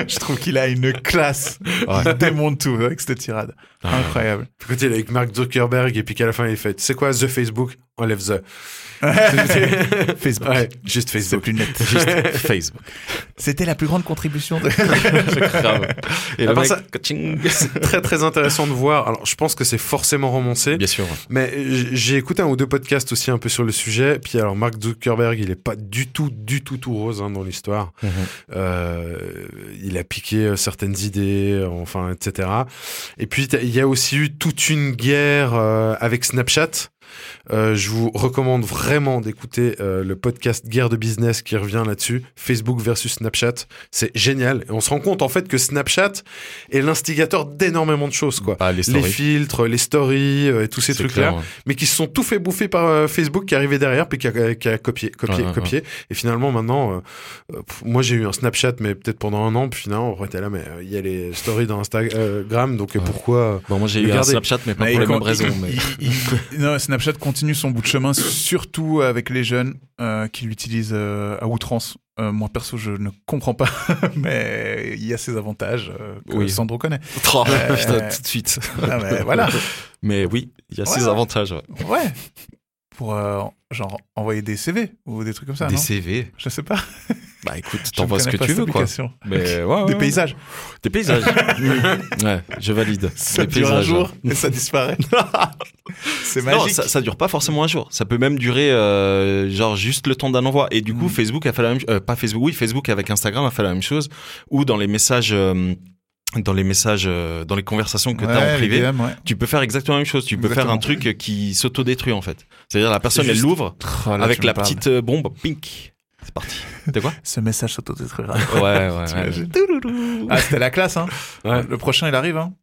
je trouve qu'il a une classe. Il démonte tout avec cette tirade.
Ah, ouais.
Incroyable.
Puis Quand il est avec Mark Zuckerberg et puis qu'à la fin il fait, c'est quoi The Facebook Enlève The.
Facebook.
Ouais, juste
C'est
Facebook.
plus net.
*laughs* Juste Facebook.
C'était la plus grande contribution de...
Et
À
le
part
mec,
ça-
coaching.
Très très intéressant de voir. Alors je pense que c'est forcément romancé.
*laughs* Bien sûr. ouais.
Mais euh, j- j'ai écouté un ou deux podcasts aussi un peu sur le sujet. Puis alors, Mark Zuckerberg, il est pas du tout, du tout tout rose hein, dans l'histoire.
Mhm.
Euh, il a piqué euh, certaines idées, euh, enfin, etc. Et puis, t'as- il y a aussi eu toute une guerre euh, avec Snapchat. Euh, je vous recommande vraiment d'écouter euh, le podcast Guerre de business qui revient là-dessus, Facebook versus Snapchat. C'est génial. Et on se rend compte en fait que Snapchat est l'instigateur d'énormément de choses, quoi
Bah, les
les
stories.
filtres, les stories euh, et tous ces
C'est
trucs-là,
clair, ouais.
mais qui se sont tout fait bouffer par euh, Facebook qui est arrivé derrière puis qui a, qui a copié, copié,
Ouais, ouais,
copié. Et finalement, maintenant, euh, euh, pff, moi j'ai eu un Snapchat, mais peut-être pendant un an, puis finalement, on était là, mais euh, il y a les stories dans Instagram, donc euh,
Ouais.
pourquoi euh,
Bon, moi j'ai eu
Mais
un
regardez-
Snapchat, mais pas
Mais
pour les
quand-
mêmes raisons. mais-
Il- il- non, Snapchat continue son bout de chemin, surtout avec les jeunes euh, qui l'utilisent euh, à outrance. Euh, moi perso, je ne comprends pas, *laughs* mais il y a ses avantages euh, que
Oui.
Sandro connaît.
*laughs* Oh,
Euh,
putain, tout de suite.
Ah, mais
*laughs*
voilà,
Mais oui, il y a
Ouais.
ses avantages. ouais.
ouais. Pour euh, genre envoyer des CV ou des trucs comme ça,
Des
Bah non
CV.
Je sais pas.
Bah écoute,
Je ne
t'envoies ce
connais
que
pas
tu
cette
veux, quoi.
application.
Mais ouais, ouais,
Des
ouais.
paysages.
Des paysages.
*laughs*
ouais, je valide.
Ça
Des
dure un
paysages.
jour et ça disparaît. *laughs* C'est
Non,
magique.
ça, ça dure pas forcément un jour. Ça peut même durer euh, genre juste le temps d'un envoi. Et du coup,
Mhm.
Facebook a fait la même, euh, pas Facebook, oui, Facebook avec Instagram a fait la même chose. Ou dans les messages euh, dans les messages, euh, dans les conversations que tu as
Ouais,
en privé,
les DM, ouais.
tu peux faire exactement la même chose. Tu peux faire un truc qui s'autodétruit en fait. C'est-à-dire la personne, elle
juste-
l'ouvre
Oh là,
avec
tu me
la
parles.
petite euh, bombe, pink. C'est parti. T'es quoi
Ce message s'autodétruira.
Ouais, ouais, ouais.
T'imagines Ah, c'était la classe, hein.
Ouais.
Le prochain, il arrive, hein.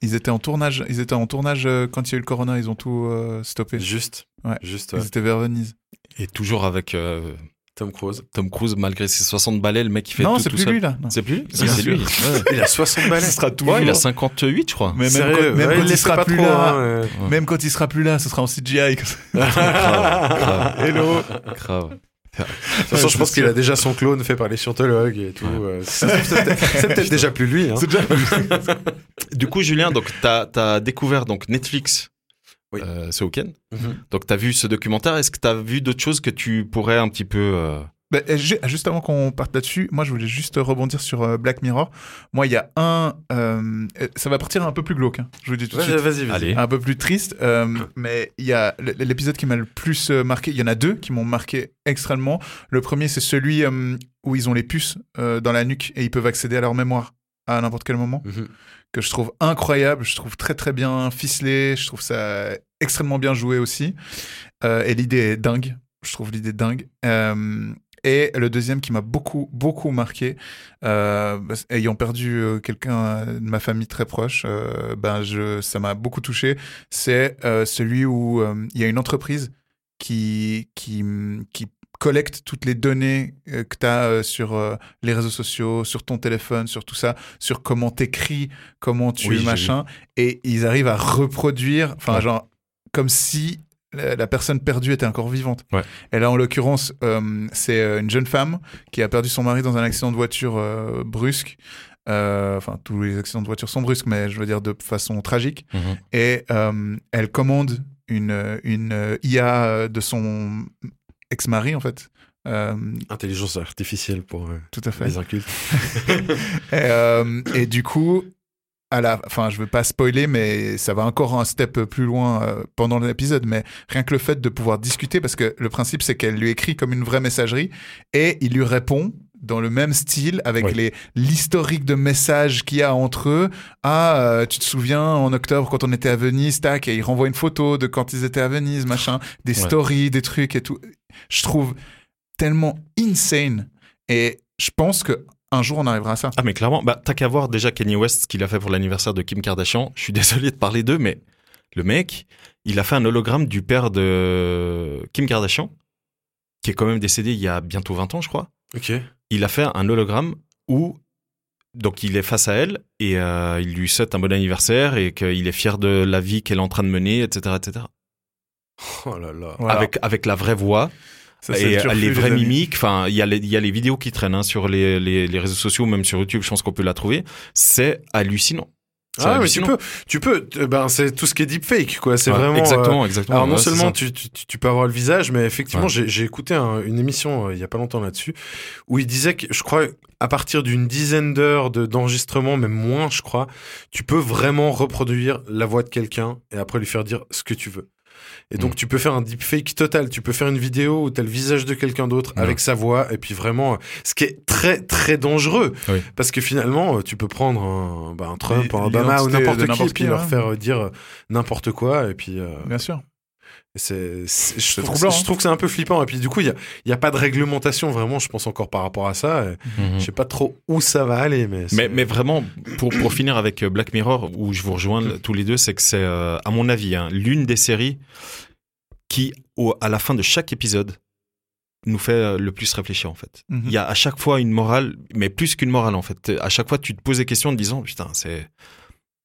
Ils étaient en tournage. Ils étaient en tournage euh, quand il y a eu le corona. Ils ont tout euh, stoppé.
Juste.
Ouais.
Juste, ouais.
Ils étaient vers Venise.
Et toujours avec euh,
Tom Cruise.
Tom Cruise, malgré ses 60 balais, le mec il fait
Non,
tout,
c'est
tout
plus
seul.
lui là. Non.
C'est plus lui Ah,
C'est
C'est
sûr.
lui. Ouais.
Il a 60 balais.
Ce sera
Ouais,
toujours-
il a 58, je crois.
Mais même
Sérieux,
quand, même
ouais, il
quand il,
les fait
sera
pas
plus
trop,
là,
hein, euh.
même quand il sera plus là, ce sera en CGI. comme ça.
Grave, grave,
*laughs* *laughs* Hello.
grave.
De toute façon, je pense qu'il a déjà son clone fait par les scientologues et tout. euh, C'est c'est peut-être c'est
*laughs*
peut-être déjà plus lui. hein.
C'est déjà.
Du coup, Julien, donc t'as as découvert donc Netflix
Oui.
euh, ce week-end.
Mhm.
Donc t'as vu ce documentaire. Est-ce que t'as vu d'autres choses que tu pourrais un petit peu euh,
*laughs* Bah, euh, ju- juste avant qu'on parte là-dessus, moi je voulais juste rebondir sur euh, Black Mirror. Moi, il y a un. euh, euh, ça va partir un peu plus glauque. hein. Je vous le dis tout de
Vas-y,
suite.
vas-y. vas-y.
aller
un peu plus triste, euh, mais il y a l- l'épisode qui m'a le plus euh, marqué. Il y en a deux qui m'ont marqué extrêmement. Le premier, c'est celui euh, où ils ont les puces euh, dans la nuque et ils peuvent accéder à leur mémoire à n'importe quel moment,
Mhm.
que je trouve incroyable. Je trouve très très bien ficelé. Je trouve ça extrêmement bien joué aussi. Euh, et l'idée est dingue. Je trouve l'idée dingue. Euh, et le deuxième qui m'a beaucoup, beaucoup marqué, euh, bah, ayant perdu euh, quelqu'un de ma famille très proche, euh, ben je, ça m'a beaucoup touché. C'est euh, celui où euh, il y a une entreprise qui, qui, qui collecte toutes les données euh, que tu as sur euh, les réseaux sociaux, sur ton téléphone, sur tout ça, sur comment t'écris, comment tu
Oui, j'ai
machin, et ils arrivent à reproduire, enfin
Ouais.
genre comme si la, la personne perdue était encore vivante.
Ouais.
Et là, en l'occurrence, euh, c'est euh, une jeune femme qui a perdu son mari dans un accident de voiture euh, brusque. Euh, Enfin, tous les accidents de voiture sont brusques, mais je veux dire de façon tragique.
Mhm.
Et euh, elle commande une, une euh, IA de son ex-mari, en fait. Euh,
Intelligence artificielle pour euh,
tout à fait.
les incultes.
Et, euh, et du coup, à la, enfin, je veux pas spoiler, mais ça va encore un step plus loin euh, pendant l'épisode. Mais rien que le fait de pouvoir discuter, parce que le principe, c'est qu'elle lui écrit comme une vraie messagerie et il lui répond dans le même style avec
Oui.
les l'historique de messages qu'il y a entre eux ah euh, tu te souviens en octobre quand on était à Venise tac et il renvoie une photo de quand ils étaient à Venise machin des
Ouais.
stories des trucs et tout je trouve tellement insane et je pense que un jour on arrivera à ça
Ah mais clairement, bah t'as qu'à voir déjà Kanye West ce qu'il a fait pour l'anniversaire de Kim Kardashian. Je suis *laughs* désolé de parler d'eux, mais le mec, il a fait un hologramme du père de Kim Kardashian, qui est quand même décédé il y a bientôt 20 ans, je crois.
Ok.
Il a fait un hologramme où donc il est face à elle et euh, il lui souhaite un bon anniversaire et qu'il est fier de la vie qu'elle est en train de mener, etc., etc.
Oh là là.
Voilà.
Avec avec la vraie voix.
Ça, c'est
et
le
euh,
turfu,
les
les
vrais
amis.
mimiques, enfin, il y, a les- il y a les vidéos qui traînent hein, sur les, les- les réseaux sociaux, même sur YouTube, je pense qu'on peut la trouver. C'est hallucinant. C'est
Ah, mais tu
hallucinant.
peux, tu peux, t- ben, c'est tout ce qui est deepfake, quoi. C'est
Ouais,
vraiment. euh,
Exactement, exactement.
Alors non
Ouais, c'est
seulement
ça.
tu, tu, tu peux avoir le visage, mais effectivement
Ouais.
j'ai j'ai écouté un- une émission euh, il y a pas longtemps là-dessus où il disait que je crois à partir d'une dizaine d'heures de- d'enregistrement, même moins je crois, tu peux vraiment reproduire la voix de quelqu'un et après lui faire dire ce que tu veux. Et donc
Mm.
tu peux faire un deepfake total, tu peux faire une vidéo où t'as le visage de quelqu'un d'autre
Ouais.
avec sa voix et puis vraiment euh, ce qui est très très dangereux
Oui.
parce que finalement euh, tu peux prendre un, bah, un Trump,
Et-
un Obama ou
l'identité
n'importe
de
qui
n'importe
et puis
qui,
leur
hein.
ouais.
faire euh, dire euh, n'importe quoi et puis euh,
Bien sûr.
c'est, c'est- je, trouve
troublant,
que-
hein.
je trouve que c'est un peu flippant. Et puis du coup, il n'y a, il y a pas de réglementation vraiment, je pense encore par rapport à ça. Et
Mhm.
Je sais pas trop où ça va aller, mais, c'est-
Mais, mais vraiment, pour, pour finir avec euh, Black Mirror, où je vous rejoins
Mm.
l- tous les deux, c'est que c'est, euh, à mon avis, hein, l'une des séries qui, au- à la fin de chaque épisode, nous fait euh, le plus réfléchir en fait.
Mhm.
Il y a à chaque fois une morale, mais plus qu'une morale en fait. À chaque fois, tu te poses des questions en te disant, putain, c'est...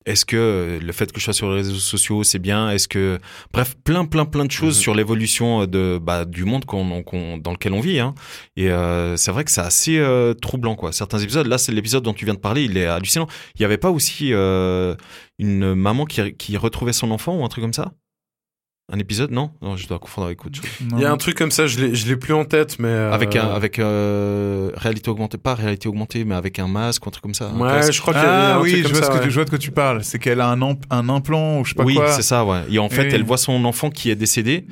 Est-ce que euh, le fait que je sois sur les réseaux sociaux, c'est bien Est-ce que... Bref, plein, plein, plein de choses
Mhm.
sur l'évolution euh, de, bah, du monde qu'on, qu'on- dans lequel on vit. Hein. Et euh, c'est vrai que c'est assez euh, troublant, quoi. Certains épisodes, là, c'est l'épisode dont tu viens de parler, il est hallucinant. Il n'y avait pas aussi euh, une maman qui, qui retrouvait son enfant ou un truc comme ça Un épisode, non Non, je dois confondre avec autre chose.
Non,
il y a
non.
un truc comme ça, je l'ai, je l'ai plus en tête, mais euh,
Avec, un, avec euh, réalité augmentée, pas réalité augmentée, mais avec un masque, un truc comme ça. un
Ouais,
casque.
je crois qu'il y a- il y a
Ah
un
oui,
truc
je
comme
vois,
ça,
ce que
ouais.
tu, je vois de quoi tu parles. C'est qu'elle a un, am- un implant ou je sais pas
oui,
quoi.
c'est ça, ouais. Et en fait,
Oui.
elle voit son enfant qui est décédé.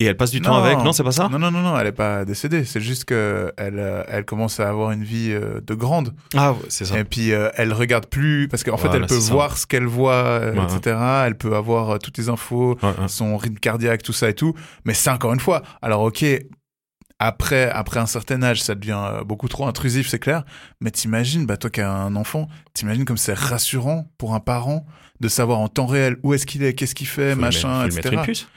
et elle passe du temps avec. Non, c'est pas ça
Non, non, non, non, elle est pas décédée. C'est juste que elle, euh, elle commence à avoir une vie euh, de grande.
Ah, ouais, c'est ça.
Et puis euh, elle regarde plus parce qu'en fait
Voilà,
elle peut
c'est ça.
voir ce qu'elle voit, euh,
Ouais,
etc. Elle peut avoir euh, toutes les infos,
Ouais, ouais.
son rythme cardiaque, tout ça et tout. Mais c'est encore une fois. Alors ok, après après un certain âge, ça devient euh, beaucoup trop intrusif, c'est clair. Mais t'imagines, bah toi qui as un enfant, t'imagines comme c'est rassurant pour un parent de savoir en temps réel où est-ce qu'il est, qu'est-ce qu'il fait,
Faut lui
machin,
mettre- faut lui mettre
etc.
une puce.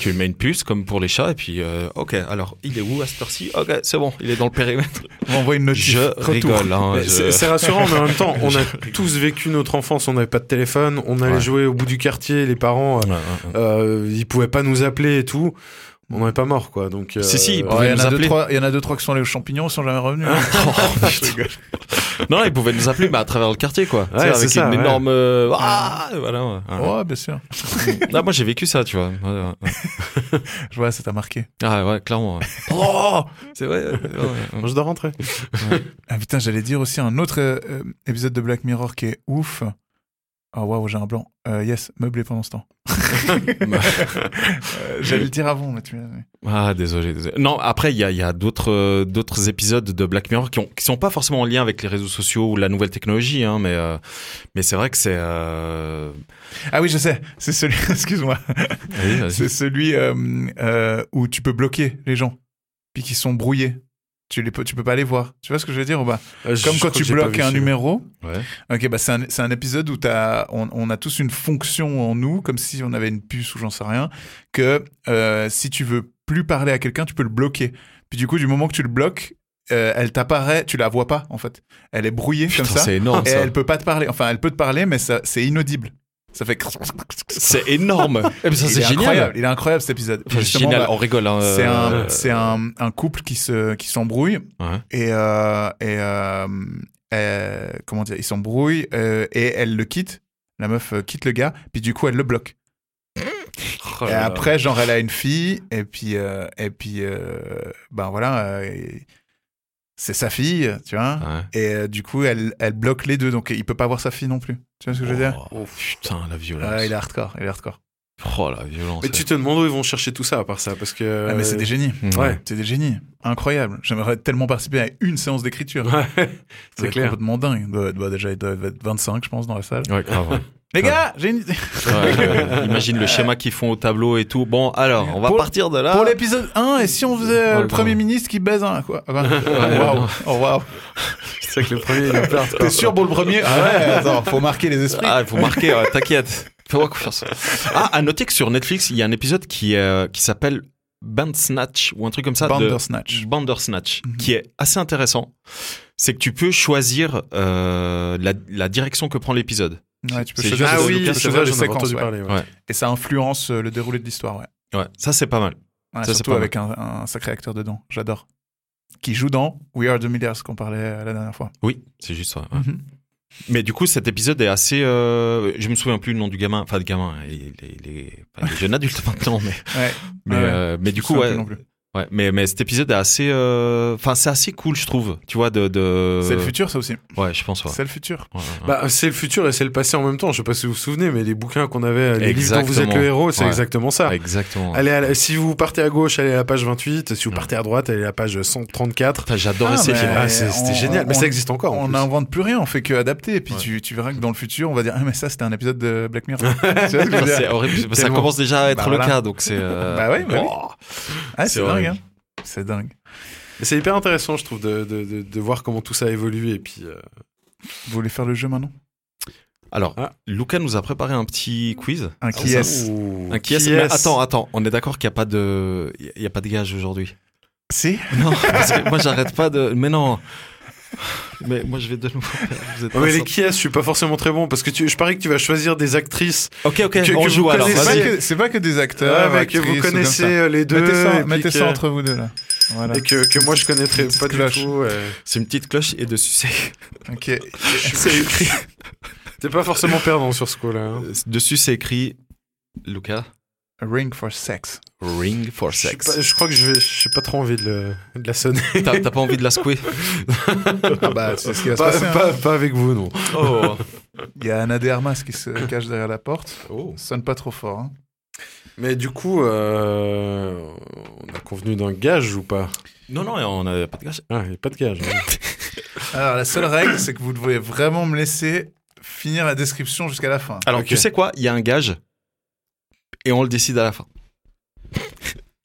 Tu lui mets une puce comme pour les chats et puis euh, ok alors il est où à cette heure-ci Ok c'est bon il est dans le périmètre.
On envoie une notice.
Je
Retour.
rigole. hein,
Mais
je-
C'est c'est rassurant, mais en même
*laughs*
temps, on a tous vécu notre enfance. On n'avait pas de téléphone, on allait
Ouais.
jouer au bout du quartier. Les parents, euh, *laughs*
Ouais, ouais, ouais.
euh, ils pouvaient pas nous appeler et tout. On n'avait pas mort, quoi. Donc, euh,
Si, si, ils
Ouais, Il
pouvaient
y, en
nous
a deux,
appeler.
trois, il y en a deux, trois qui sont allés aux champignons, ils sont jamais
*laughs*
revenus.
Oh, putain. non, ils pouvaient nous appeler mais à travers le quartier quoi. Tu sais,
Ouais,
avec
c'est ça,
une
ouais.
énorme euh, ah, voilà. ouais. Ouais.
Ouais, bien sûr.
Ah, moi j'ai vécu ça tu vois. Ouais, ouais, ouais.
Je vois, ça t'a marqué.
Ah ouais clairement.
*laughs*
ouais.
Oh,
C'est vrai. ouais, ouais, ouais.
je dois rentrer.
Ah putain, j'allais dire aussi un autre euh, euh, épisode de Black Mirror qui est ouf. Oh waouh, j'ai un blanc. Euh, yes, meublé pendant ce temps. Euh, j'allais le dire avant, mais tu m'as-
Ah, désolé, désolé. Non, après, il y a, il y a d'autres euh, d'autres épisodes de Black Mirror qui, ont, qui sont pas forcément en lien avec les réseaux sociaux ou la nouvelle technologie, hein, mais, euh, mais c'est vrai que c'est. euh,
Ah oui, je sais. C'est celui, *laughs* excuse-moi,
vas-y, vas-y.
c'est celui euh, euh, où tu peux bloquer les gens, puis qui sont brouillés. Tu les peux, tu peux pas les voir. Tu vois ce que je veux dire ou pas
Ah,
Comme quand tu bloques un numéro,
Ouais.
Ok, bah c'est un, c'est un épisode où t'as- on, on a tous une fonction en nous, comme si on avait une puce ou j'en sais rien, que euh, si tu veux plus parler à quelqu'un, tu peux le bloquer. Puis du coup, du moment que tu le bloques, euh, elle t'apparaît, tu la vois pas en fait. Elle est brouillée
Putain,
comme ça,
c'est énorme
et
ça.
elle peut pas te parler. Enfin, elle peut te parler, mais ça- c'est inaudible. Ça fait.
C'est
*laughs*
énorme. Eh ben, ça,
Il
c'est
est
génial.
incroyable. Il est incroyable cet épisode.
Enfin,
Justement,
génial,
bah,
on rigole. hein,
c'est
euh,
un, c'est un, un couple qui se qui s'embrouille
Ouais.
et euh, et euh, euh, comment dire, ils s'embrouillent euh, et elle le quitte. La meuf euh, quitte le gars, puis du coup elle le bloque.
oh
et
là là.
après, genre elle a une fille et puis euh, et puis euh, ben voilà, euh, et c'est sa fille, tu vois.
Ouais.
Et euh, du coup elle elle bloque les deux, donc il peut pas voir sa fille non plus. Tu vois ce que je veux dire
Oh, putain, la violence.
Ouais, Il est hardcore, il est hardcore.
Oh, la violence.
Mais tu te demandes où ils vont chercher tout ça à part ça, parce que. euh,
Ah, mais c'est des génies.
Ouais.
C'est des génies. Incroyable. J'aimerais tellement participer à une séance d'écriture.
Ouais,
C'est
c'est clair.
complètement dingue. Il doit- doit déjà, il doit être 25, je pense, dans la salle.
Ouais, grave. ouais.
Les gars, j'ai une idée.
Ouais, euh, imagine le schéma qu'ils font au tableau et tout. Bon, alors, on va
Pour-
partir de là.
Pour l'épisode 1, et si on faisait euh,
Oh,
le
le
Premier
grand.
ministre qui baise un, quoi Enfin, oh, Waouh. Oh, waouh.
C'est que le premier, il a peur.
T'es sûr pour le premier Ah ouais, attends, faut marquer les esprits.
Ah, il faut marquer, ouais, t'inquiète. Fais-moi confiance. Ah, à noter que sur Netflix, il y a un épisode qui, euh, qui s'appelle Bandersnatch ou un truc comme ça. de-
Bandersnatch.
Bandersnatch,
Mhm.
qui est assez intéressant. C'est que tu peux choisir euh, la, la direction que prend l'épisode.
Ouais, tu peux
c'est
choisir
juste-
Ah
des- tu
oui,
peux
c'est
choisir
vrai,
des
j'en avais
séquences,
entendu
ouais.
parler. ouais.
Ouais.
Et ça influence euh, le déroulé de l'histoire, ouais.
Ouais, ça c'est pas mal.
Ouais,
Ça, c'est
surtout
pas
avec un, un sacré acteur dedans. J'adore. Qui joue dans We Are the Millers qu'on parlait euh, la dernière fois.
Oui, c'est juste ça. ouais.
Mhm.
Mais du coup, cet épisode est assez. euh, je me souviens plus le nom du gamin. Enfin, le gamin, hein, il, il- il est, enfin, il est jeune adulte *laughs* maintenant, mais.
Ouais.
Mais,
Ouais, ouais.
euh, mais du
Je
coup,
sais
ouais,
plus non plus.
ouais, mais, mais cet épisode est assez. euh, Enfin, c'est assez cool, je trouve. Tu vois, de. de...
C'est le futur, ça aussi.
Ouais, je pense. Ouais.
C'est le futur.
Ouais, ouais, ouais.
Bah, c'est le futur et c'est le passé en même temps. Je sais pas si vous vous souvenez, mais les bouquins qu'on avait, les livres dont vous êtes
Exactement.
le héros, c'est
Ouais.
exactement
Bah,
ça.
Exactement.
Allez, à la- si vous partez à gauche, allez à la page 28. Si vous
Ouais.
partez à droite, allez à la page 134.
Putain, J'adorais
Ah,
ces
mais- *laughs*
films.
Ah, c'est-
on-
c'était génial. Mais
on-
ça existe encore. en
on
plus.
n'invente plus rien, on fait que adapter. Et puis
Ouais.
tu, tu verras que dans le futur, on va dire Ah, mais ça, c'était un épisode de Black
*laughs*
Mirror. Tu vois ce que je veux
Enfin,
dire
c'est horrible. Ça
Tellement.
commence déjà à être
Bah,
le
voilà.
cas, donc c'est.
*laughs*
euh,
Bah ouais, bah oui.
oh.
Ah,
c'est
c'est dingue.
horrible.
hein. C'est dingue.
Mais C'est hyper intéressant, je trouve, de, de, de, de voir comment tout ça évolue. Et puis, euh,
Vous voulez faire le jeu maintenant
Alors,
Ah.
Lucas nous a préparé un petit quiz.
Un qui
ça-
est
Ouh.
Un qui est-ce Mais attends, attends, on est d'accord qu'il n'y a pas de, il y a pas de gage aujourd'hui.
Si
*laughs* Non, parce que moi j'arrête pas de, mais non. Mais moi je vais de nouveau. perdre, vous êtes
Ouais,
pas
mais les
sympa.
qui est je suis pas forcément très bon parce que tu, je parie que tu vas choisir des actrices
Ok, ok,
que-
on
que
joue
vous
alors.
C'est pas
vas-y.
que- C'est pas, que des acteurs.
avec que vous
actrices ou comme
connaissez
ça.
euh, les deux
Mettez
et
ça,
puis
mettez
que-
ça entre vous deux là. Voilà.
et que, que moi je connaîtrais
Une petite
pas du
cloche.
tout. euh,
C'est une petite cloche et dessus c'est,
Ok.
c'est écrit,
T'es pas forcément perdant sur ce coup-là. hein.
euh, dessus c'est écrit, Lucas,
A ring
*laughs*
for sex.
ring for
Je suis
sex.
pas- je crois que je vais, j'ai pas trop envie de, le- de la sonner.
T'as t'as pas envie de la secouer
Ah bah, c'est ce qui va se
Pas,
passer. hein.
pas- pas avec vous, non.
*laughs* Oh.
Oh.
Il y a Anna de Armas qui se cache derrière la porte. Sonne pas trop fort. hein.
*laughs* Mais du coup, euh, on a convenu d'un gage ou pas
Non, non, on n'a pas de gage.
Ah, il n'y a pas de gage. hein.
Alors, la seule règle, c'est que vous devez vraiment me laisser finir la description jusqu'à la fin.
Alors,
Ok.
tu sais quoi Il y a un gage et on le décide à la fin.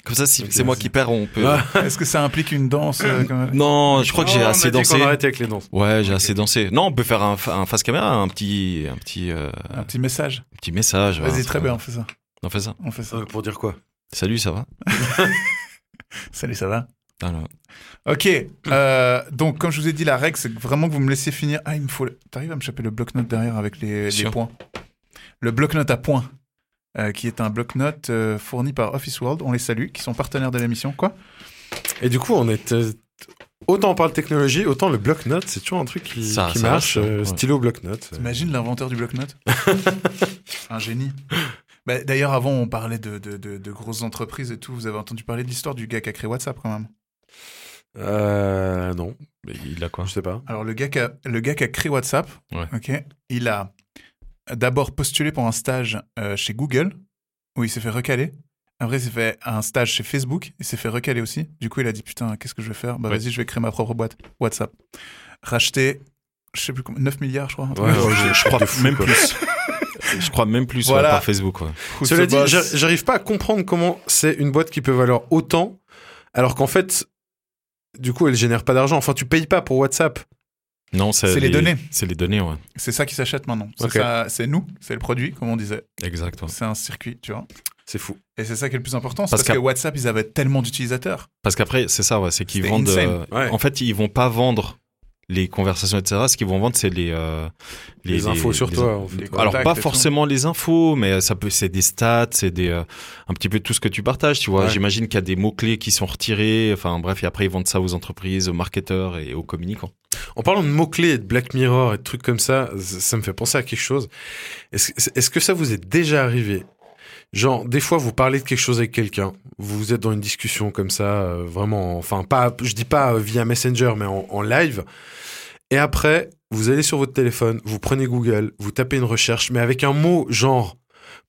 Comme ça, si
Ok,
c'est moi
vas-y.
qui perds, on peut.
Ah,
Est-ce que ça implique une danse euh, quand même
Non, je Oh, crois que j'ai
Non, on a
assez
dit
dansé.
qu'on arrêtait avec les danses.
Ouais, j'ai assez dansé. Non, on peut faire un, fa- un face caméra, un petit, un petit, euh,
Un petit message.
un petit message. un
Vas-y,
truc.
très bien, on fait ça.
On fait ça.
On fait ça.
pour dire quoi
Salut, ça va Ah
Salut, ça va
Alors,
Ok, euh, donc comme je vous ai dit, la règle, c'est que vraiment que vous me laissiez finir. Ah, il me faut. le- T'arrives à me choper le bloc-notes derrière avec les, les
Sûr.
points Le bloc-notes à points, euh, qui est un bloc-notes euh, fourni par Office World. On les salue, qui sont partenaires de l'émission. Quoi
Et du coup, on était. Autant on parle technologie, autant le bloc-notes, c'est toujours un truc qui,
Ça-
qui
ça
marche.
reste,
euh,
ouais.
Stylo bloc-notes.
T'imagines l'inventeur
*laughs*
du bloc-notes Un génie. Bah, D'ailleurs, avant, on parlait de, de- de- de grosses entreprises et tout. Vous avez entendu parler de l'histoire du gars qui a créé WhatsApp quand même.
Euh, non,
mais il a quoi
je sais pas.
Alors, le gars qui a, le gars qui a créé WhatsApp,
Ouais.
ok, il a d'abord postulé pour un stage euh, chez Google, où il s'est fait recaler. Après, il s'est fait un stage chez Facebook, il s'est fait recaler aussi. Du coup, il a dit Putain, qu'est-ce que je vais faire Bah,
Ouais.
vas-y, je vais créer ma propre boîte, WhatsApp. Racheter, je sais plus combien, 9 milliards, je crois. un truc
Ouais,
comme ça.
ouais,
je, *laughs* je crois même plus. Je crois même plus ouais,
Voilà.
par Facebook. ouais.
Cela dit,
Boss.
j'a- j'arrive pas à comprendre comment c'est une boîte qui peut valoir autant, alors qu'en fait, du coup, elle génère pas d'argent. Enfin, tu payes pas pour WhatsApp.
Non, c'est
C'est les données.
C'est les données, ouais.
C'est ça qui s'achète maintenant. C'est
Ok.
ça- C'est nous, c'est le produit, comme on disait.
Exact. ouais.
C'est un circuit, tu vois.
C'est fou.
Et c'est ça qui est le plus important, c'est
Parce
parce, que
qu'à-
WhatsApp, ils avaient tellement d'utilisateurs.
Parce qu'après, c'est ça, ouais, c'est qu'ils
C'était
vendent.
insane.
euh,
Ouais.
En fait, ils vont pas vendre les conversations, etc. Ce qu'ils vont vendre, c'est les, euh,
Les infos sur toi, en fait.
les-
Les
Alors
contacts
pas
et tout.
forcément les infos, mais euh, ça peut, c'est des stats, c'est des euh, un petit peu tout ce que tu partages. Tu vois,
Ouais.
j'imagine qu'il y a des mots clés qui sont retirés. Enfin bref, et après ils vendent ça aux entreprises, aux marketeurs et aux communicants.
En parlant de mots-clés, et de Black Mirror et de trucs comme ça, ça ça me fait penser à quelque chose. Est-ce est-ce que ça vous est déjà arrivé Genre, des fois, vous parlez de quelque chose avec quelqu'un, vous êtes dans une discussion comme ça, euh, vraiment, enfin, pas, je dis pas euh, via Messenger, mais en, en live. Et après, vous allez sur votre téléphone, vous prenez Google, vous tapez une recherche, mais avec un mot genre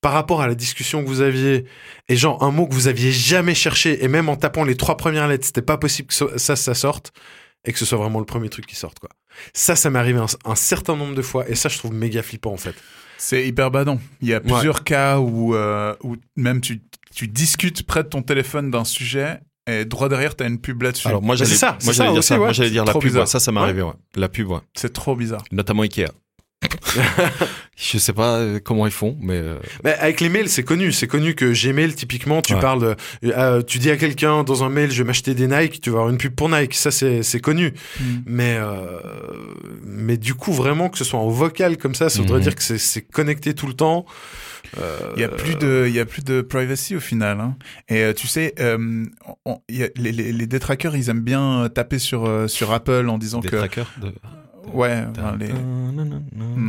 par rapport à la discussion que vous aviez, et genre un mot que vous aviez jamais cherché, et même en tapant les trois premières lettres, c'était pas possible que ça- ça, ça sorte, et que ce soit vraiment le premier truc qui sorte, quoi. Ça, ça m'est arrivé un, un certain nombre de fois, et ça, je trouve méga flippant, en fait.
C'est hyper badant. Il y a plusieurs cas où, euh, où même tu, tu discutes près de ton téléphone d'un sujet et droit derrière, tu as une pub là-dessus.
Alors moi
c'est
j'allais,
ça, c'est
moi j'allais
ça
dire
aussi,
ça, moi
ouais.
j'allais dire la
Trop
pub.
bizarre.
ouais, ça, ça m'est
Ouais.
arrivé. Ouais. La pub, ouais.
C'est trop bizarre.
*laughs*
notamment Ikea. Je sais pas euh, comment ils font, mais euh,
Mais avec les mails, c'est connu. C'est connu que Gmail, typiquement, tu
Ouais.
parles, de- euh, tu dis à quelqu'un dans un mail, je vais m'acheter des Nike, tu vas avoir une pub pour Nike. Ça, c'est c'est connu.
Mm.
Mais, euh, mais du coup, vraiment, que ce soit en vocal comme ça, ça voudrait
Mhm.
dire que c'est- c'est connecté tout le temps.
Il y a plus
euh,
de, il y a plus de privacy au final. hein. Et euh, tu sais, euh, on- il y a- les, les, les détraqueurs, ils aiment bien euh, taper sur euh, sur Apple en disant
des
euh,
que
trackers. De...
ouais, enfin, les, non, *laughs*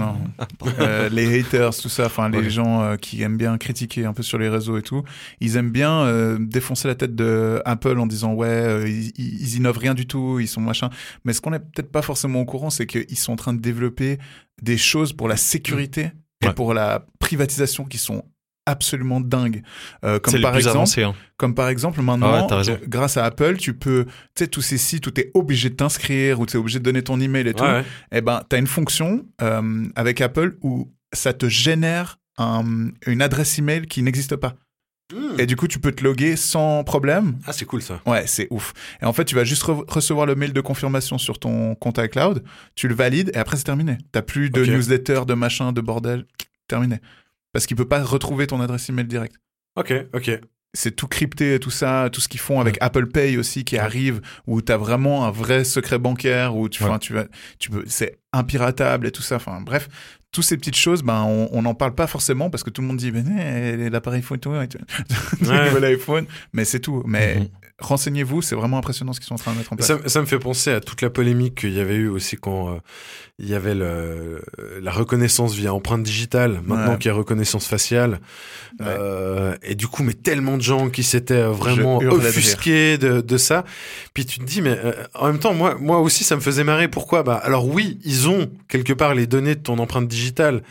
Euh, les haters, tout ça, enfin les
Ouais.
gens euh, qui aiment bien critiquer un peu sur les réseaux et tout, ils aiment bien euh, défoncer la tête de Apple en disant ouais, euh, ils, ils- ils innovent rien du tout, ils sont machin. Mais ce qu'on est peut-être pas forcément au courant, c'est qu'ils sont en train de développer des choses pour la sécurité et
Ouais.
pour la privatisation qui sont absolument dingues. Euh,
C'est
comme
les
par
plus
exemple,
avancés. hein.
comme par exemple,
Ah
maintenant,
ouais, t'as raison.
euh, grâce à Apple, tu peux, tu sais, tous ces sites où t'es obligé de t'inscrire, où t'es obligé de donner ton email et tout. Eh ben, t'as une fonction euh, avec Apple où ça te génère un- une adresse email qui n'existe pas. Et du coup, tu peux te loguer sans problème.
Hmm. Ah, c'est cool, ça.
Ouais, c'est ouf. Et en fait, tu vas juste re- recevoir le mail de confirmation sur ton compte iCloud, tu le valides et après, c'est terminé. T'as plus de
Ok.
newsletter, de machin, de bordel. Terminé. Parce qu'il peut pas retrouver ton adresse email direct
Ok, ok.
c'est tout crypté et tout ça, tout ce qu'ils font avec Apple Pay aussi qui arrive, où tu as vraiment un vrai secret bancaire, où tu,
Ouais.
enfin, tu, vas- tu peux, c'est impiratable et tout ça. Enfin, bref, toutes ces petites choses, ben, on- on n'en parle pas forcément parce que tout le monde dit, ben, eh, l'appareil photo, et tout. *laughs*
Ouais.
nouvel iPhone, mais c'est tout. Mais
Mhm.
renseignez-vous, c'est vraiment impressionnant ce qu'ils sont en train de mettre en place.
Ça, ça me fait penser à toute la polémique qu'il y avait eu aussi quand euh, il y avait le- la reconnaissance via empreinte digitale, maintenant
Ouais.
qu'il y a reconnaissance faciale.
Ouais.
Euh, et du coup, mais tellement de gens qui s'étaient euh, vraiment
Je hurle de rire.
offusqués de, de ça. Puis tu te dis, mais euh, en même temps, moi, moi aussi, ça me faisait marrer. Pourquoi bah, Alors oui, ils ont quelque part les données de ton empreinte digitale.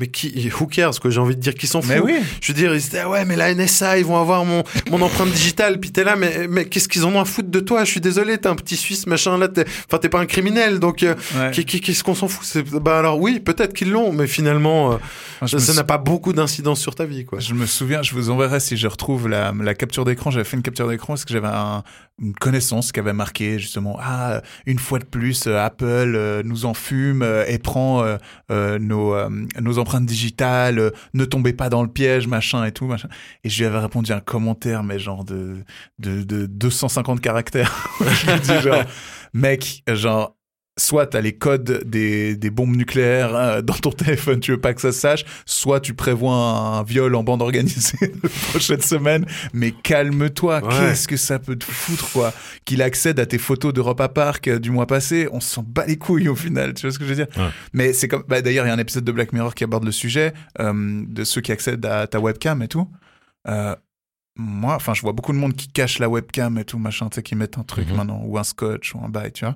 Mais qui, who cares, quoi, j'ai envie de dire, qui s'en fout.
Mais oui.
Je veux dire, ils se disaient, ah ouais, mais la NSA, ils vont avoir mon, mon empreinte digitale. Puis t'es là, mais, mais qu'est-ce qu'ils en ont à foutre de toi Je suis désolé, t'es un petit Suisse, machin, là, t'es, enfin, t'es pas un criminel, donc euh,
Ouais.
qu'est- qu'est- qu'est-ce qu'on s'en fout C'est- Bah alors, oui, peut-être qu'ils l'ont, mais finalement, euh,
Moi, je
ça
me
ça
sou-
n'a pas beaucoup d'incidence sur ta vie, quoi.
Je me souviens, je vous enverrai si je retrouve la, la capture d'écran. J'avais fait une capture d'écran parce que j'avais un- une connaissance qui avait marqué justement ah une fois de plus euh, Apple euh, nous enfume euh, et prend euh, euh, nos euh, nos empreintes digitales. euh, ne tombez pas dans le piège machin et tout machin. Et je lui avais répondu un commentaire mais genre de de, de 250 caractères. *laughs* je lui dis genre mec genre soit t'as les codes des, des bombes nucléaires euh, dans ton *laughs* téléphone, tu veux pas que ça se sache, soit tu prévois un, viol en bande organisée *laughs* la prochaine semaine, mais calme-toi,
Ouais.
qu'est-ce que ça peut te foutre, quoi Qu'il accède à tes photos d'Europa Park euh, du mois passé, on s'en bat les couilles au final, tu vois ce que je veux dire
Ouais.
Mais c'est comme, bah, d'ailleurs, il y a un épisode de Black Mirror qui aborde le sujet euh, de ceux qui accèdent à ta webcam et tout. Euh, moi, enfin, je vois beaucoup de monde qui cache la webcam et tout, machin, tu sais, qui mettent un truc
Mhm.
maintenant, ou un scotch, ou un bail, tu vois.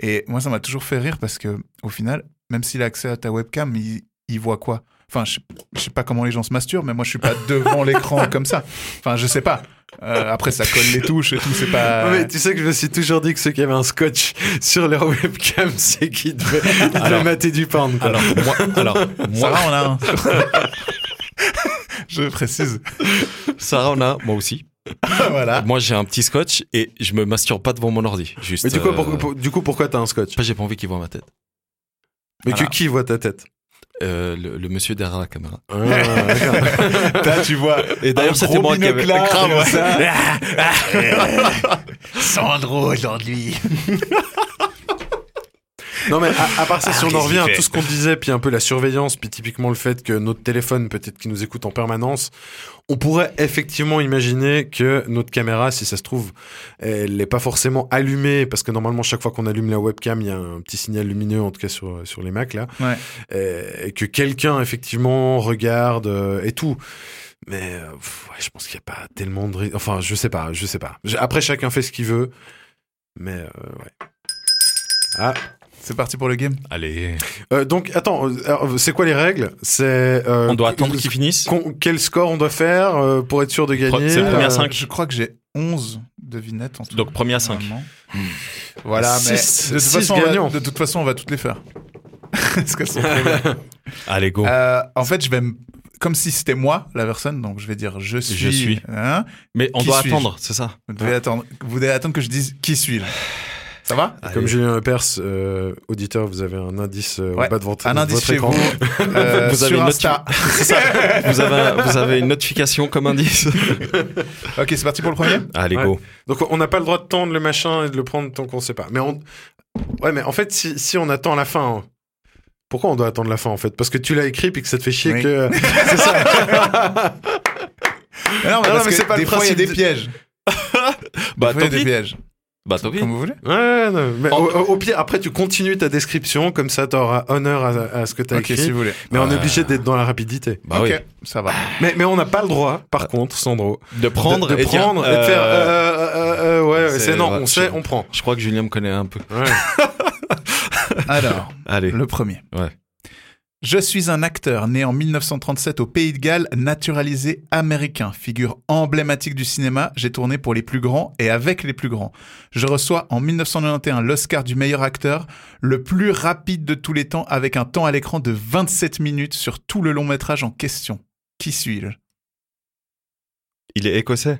Et moi, ça m'a toujours fait rire parce que, au final, même s'il a accès à ta webcam, il, il voit quoi Enfin, je, je sais pas comment les gens se masturbent, mais moi, je suis pas devant
*laughs*
l'écran comme ça. Enfin, je sais pas. Euh, après, ça colle les touches et tout, c'est pas.
Ouais, mais tu sais que je me suis toujours dit que ceux qui avaient un scotch sur leur webcam, *laughs* c'est qu'ils devaient, ils devaient
Alors-
mater du porn. quoi.
Alors, moi, alors,
Ça
moi,
va, on a un. *laughs* je précise.
*laughs*
*laughs*
Sarah en a, un, moi aussi.
voilà.
Moi, j'ai un petit scotch et je me masturbe pas devant mon ordi. Juste,
mais du coup,
euh,
pour- pour- du coup, pourquoi t'as un scotch
j'ai pas envie qu'il voit ma tête.
Mais
Voilà.
que qui voit ta tête
Euh, le, le monsieur derrière la caméra.
Ah,
Là, tu vois.
*laughs*
d'ailleurs,
Et d'ailleurs,
Un c'était
c'était
gros
moi qui avais
binocle, grave, comme ouais.
*laughs*
Sandro aujourd'hui.
Non mais à, à part ça, si on en revient à
fait.
tout ce qu'on disait, puis un peu la surveillance, puis typiquement le fait que notre téléphone peut-être qui nous écoute en permanence, on pourrait effectivement imaginer que notre caméra, si ça se trouve, elle n'est pas forcément allumée, parce que normalement chaque fois qu'on allume la webcam, il y a un petit signal lumineux, en tout cas sur, sur les Macs là,
Ouais.
Euh, et que quelqu'un effectivement regarde euh, et tout. Mais euh, pff, ouais, je pense qu'il n'y a pas tellement de... ri- Enfin, je sais pas, je sais pas. Je- Après, chacun fait ce qu'il veut, mais euh, ouais. Ah,
C'est parti pour le game.
Allez.
euh, donc, attends, euh, alors, c'est quoi les règles C'est euh,
On doit
qu-
attendre qu'il finisse.
qu'on- quel score on doit faire euh, pour être sûr de gagner
c'est le premier
euh,
à cinq.
Je crois que j'ai 11 devinettes en tout.
Donc, premier à Hmm. Ah, 5.
normalement. Voilà, mais
Six-
de, toute
six
façon, on va-
gagnants.
de toute façon, on va toutes les faire. *laughs* Parce que c'est
*laughs*
très bien.
Allez,
Ah,
go.
Euh, en fait, je vais me- comme si c'était moi la personne, donc je vais dire je suis.
Je suis. Ah.
hein.
Mais on
qui
doit
suis-je
attendre, c'est ça
vous, devez attendre, vous devez attendre que je dise qui suis-je. Ça va
Comme Julien Lepers, euh, auditeur, vous avez un indice euh,
Ouais,
au bas de votre,
Un
de
indice
votre
chez
écran.
vous. euh,
Vous avez
sur
une
Insta.
C'est ça. *laughs* vous, avez, vous avez une notification comme indice. *laughs*
ok, c'est parti pour le premier.
Allez,
Ouais.
go.
*laughs* Donc on n'a pas le droit de tendre le machin et de le prendre tant qu'on sait pas. Mais on... ouais, mais en fait, si, si on attend la fin, hein, pourquoi on doit attendre la fin en fait Parce que tu l'as écrit puis que ça te fait chier
Oui. *laughs*
que.
Mais non, mais,
non,
parce
mais
que
c'est pas
des
le
fois, il y a
principe
des
de-
pièges.
Bah,
Des fois, il
tant
y a des
pis.
pièges.
Bah, tant pis.
Comme vous voulez.
Ouais, non, mais
En-
au, au- au pire, après tu continues ta description comme ça, t'auras honneur à, à ce que t'as
Ok, Bah
écrit.
si vous voulez.
Mais on est
Ouais.
obligé d'être dans la rapidité.
Bah
ok,
oui.
ça va.
Mais, mais on n'a pas le droit, par contre, Sandro,
De Euh, prendre
de, de
et dire,
prendre et de
euh,
faire euh, euh, euh, euh, ouais, ouais,
c'est-
c'est non,
ouais,
on
je-
sait, on prend.
Je crois que Julien me connaît un peu.
Alors, *laughs*
Allez.
le premier.
Ouais.
Je suis un acteur né en 1937 au Pays de Galles, naturalisé américain, figure emblématique du cinéma. J'ai tourné pour les plus grands et avec les plus grands. Je reçois en 1991 l'Oscar du meilleur acteur, le plus rapide de tous les temps, avec un temps à l'écran de 27 minutes sur tout le long métrage en question. Qui suis-je
Il est écossais.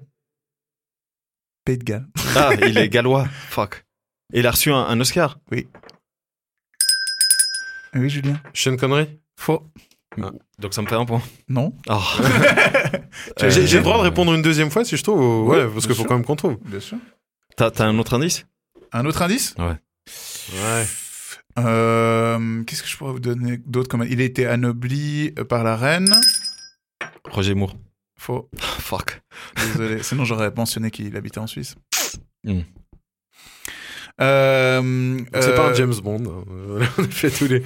Pays de Galles.
Ah, il est gallois. Fuck. Et il a reçu un, un Oscar.
Oui, Julien.
Sean Connery
Faux.
Donc ça me fait un point.
Non.
*laughs* Oh. Euh,
J'ai j'ai le droit de répondre une deuxième fois si je trouve. ou-
Ouais,
Ouais, parce
bien
qu'il faut
sûr.
quand même qu'on trouve.
Bien sûr.
T'as t'as un autre indice
Un autre indice
Ouais.
Euh, Qu'est-ce que je pourrais vous donner d'autre comme... Il a été anobli par la reine.
Roger Moore.
Faux.
Fuck.
Désolé. Sinon, j'aurais mentionné qu'il habitait en Suisse.
Hmm.
Euh,
C'est
euh,
pas un James Bond. hein. *laughs* Euh, on a fait tous les.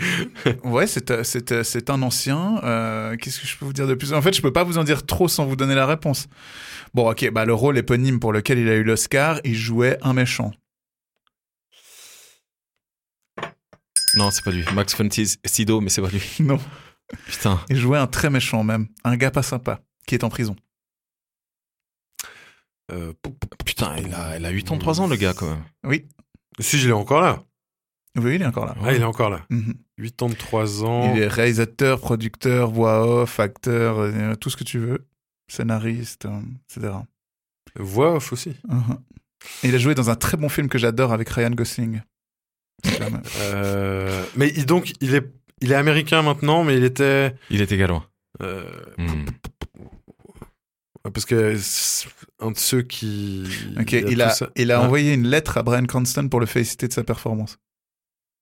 Ouais, c'est, euh, c'est, euh, c'est un ancien. Euh, qu'est-ce que je peux vous dire de plus En fait, je peux pas vous en dire trop sans vous donner la réponse. Bon, ok, bah, le rôle éponyme pour lequel il a eu l'Oscar, il jouait un méchant. *laughs*
Non, c'est pas lui. Max von Tis- Sydow, mais c'est pas lui.
Non.
Putain.
et jouait un très méchant même, un gars pas sympa, qui est en prison.
Euh, pou- pou-
Putain, il a, il a 83 ans, le gars, quand même.
Oui,
si, je l'ai encore là.
oui, il est encore là.
Ah, il est encore là.
Mhm.
83 ans.
Il est réalisateur, producteur, voix off, acteur, euh, tout ce que tu veux, scénariste, euh, etc.
Voix off aussi.
Mhm. Et il a joué dans un très bon film que j'adore avec Ryan Gosling.
*laughs*
Jamais.
Euh, mais il- donc, il est, il est américain maintenant, mais il était.
Il était gallois.
euh,
Hmm.
parce que c'est un de ceux qui.
Ok, il a,
tout ça-
il a
Ah,
envoyé une lettre à Brian Cranston pour le féliciter de sa performance.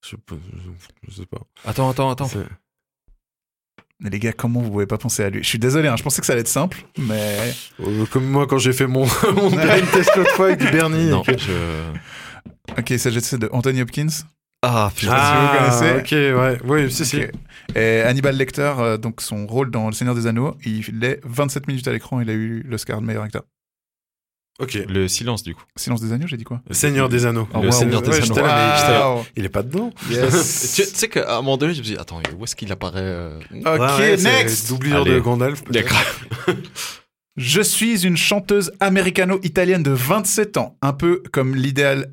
Je, je- je sais pas.
Attends, attends, attends.
C'est-
Mais les gars, comment vous pouvez pas penser à lui Je suis désolé, hein, je pensais que ça allait être simple,
*laughs*
mais
Euh, Comme moi, quand j'ai fait mon, *laughs* mon blind test l'autre fois avec du Bernie.
Non,
et que-
je...
ok, il s'agissait de Anthony Hopkins
Ah, putain.
Ah,
si vous
ok, ouais. Oui, si, si.
Ok. Et Hannibal Lecter, euh, donc son rôle dans Le Seigneur des Anneaux, il est 27 minutes à l'écran, il a eu l'Oscar de meilleur acteur.
Ok.
Le silence, du coup.
Silence des Agneaux, j'ai dit quoi
Seigneur des Anneaux.
Oh,
Le
wow.
Ah Seigneur des
Ouais,
Anneaux. Ah.
j'étais là, mais j'étais là.
Wow.
Il est pas dedans.
*laughs* tu, tu sais qu'à un moment donné, je me suis dit, attends, où est-ce qu'il apparaît euh,
Ok,
Ah Ouais, ouais, c'est
next
Doublure
Allez.
de Gandalf.
Il y a
peut-être.
grave-
Je suis une chanteuse américano-italienne de 27 ans, un peu comme l'idéal,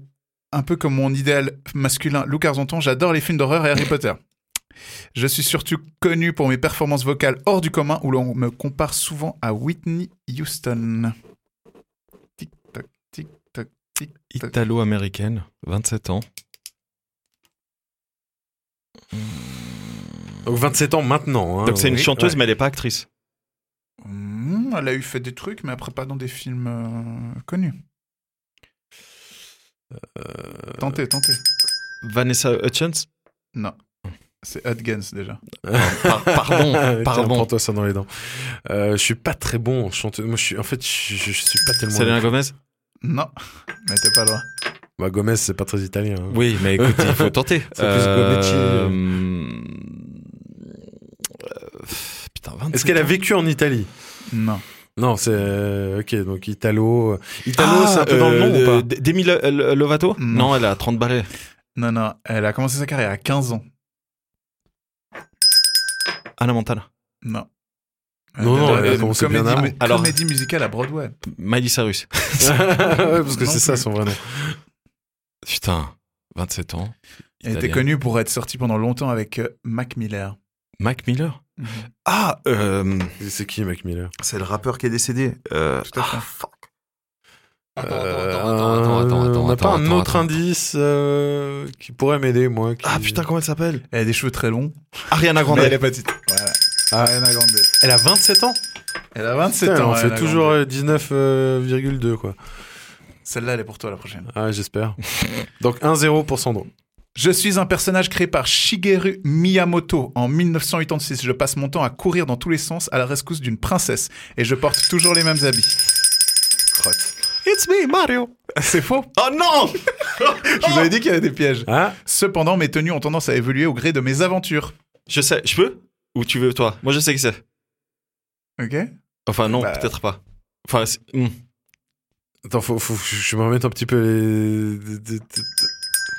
un peu comme mon idéal masculin Luc Arzonton, j'adore les films d'horreur et Harry Potter. Je suis surtout connue pour mes performances vocales hors du commun où l'on me compare souvent à Whitney Houston. Tic tac tic tac tic tac.
Italo-américaine, 27 ans.
Donc 27 ans maintenant. hein.
Donc c'est une
Oui,
chanteuse,
ouais.
mais elle n'est pas actrice.
Hmm, elle a eu fait des trucs mais après pas dans des films euh, connus. Tentez, tentez.
Vanessa Hutchins
Non. C'est Hudgens déjà.
Par-
*laughs*
Pardon, *laughs*
Tiens,
pardon.
Prends-toi ça dans les dents. Euh, je suis pas très bon en chanteuse. Moi, je suis, en fait, je, je- je suis pas tellement.
Selena Gomez
Non, *laughs* mais t'es pas loin.
Bah, Gomez, c'est pas très italien. hein.
Oui, mais écoute, il faut *laughs* tenter.
C'est plus Gometti, euh.
euh, Putain, 27
Est-ce qu'elle a vécu en Italie
Non.
Non, c'est euh, ok. Donc Italo, euh, Italo,
Ah,
c'est un peu dans le nom
nom
ou pas
euh, Demi Lo- Lo- Lovato
Non.
Non, elle a 30 balais.
Non, non, elle a commencé sa carrière à 15 ans.
Anna Montana.
Non.
Non, non, elle a
une
commencé bien
comédie
avant.
mu-
Alors-
comédie musicale à Broadway.
Miley *laughs* Cyrus.
Ouais, *laughs* Parce que
Non
c'est ça
plus.
son vrai nom.
Putain, 27 ans.
Elle était
italienne.
connue pour être sortie pendant longtemps avec euh, Mac Miller.
Mac Miller
Mhm.
Ah, euh,
C'est qui, Mac Miller
c'est le rappeur qui est décédé. Euh,
Tout à fait.
Ah. Euh,
attends, attends, attends,
On n'a pas
attends,
un
attends,
autre
attends.
indice euh, qui pourrait m'aider, moi. qui-
Ah putain, comment elle s'appelle
Elle a des cheveux très longs.
Ariana Grande.
mais elle est petite. Voilà.
Ah.
Ariana Grande.
Elle a 27 ans.
Elle a 27
Putain,
ans.
on fait
Ariana
toujours
Grande.
euh, 19,2 quoi.
Celle-là, elle est pour toi la prochaine.
Ah,
*laughs*
j'espère. Donc 1-0 pour Sandro.
Je suis un personnage créé par Shigeru Miyamoto en 1986. Je passe mon temps à courir dans tous les sens à la rescousse d'une princesse et je porte toujours les mêmes habits.
It's me, Mario.
*laughs* C'est faux. Oh
Oh non
Je vous avais dit qu'il y avait des pièges.
Ah,
Cependant, mes tenues ont tendance à évoluer au gré de mes aventures.
Je sais, je peux Ou tu veux, toi Moi, je sais que c'est.
Ok
Enfin, non,
Bah.
peut-être pas. Enfin, c'est- hmm.
attends, faut, faut que je me remette un petit peu les.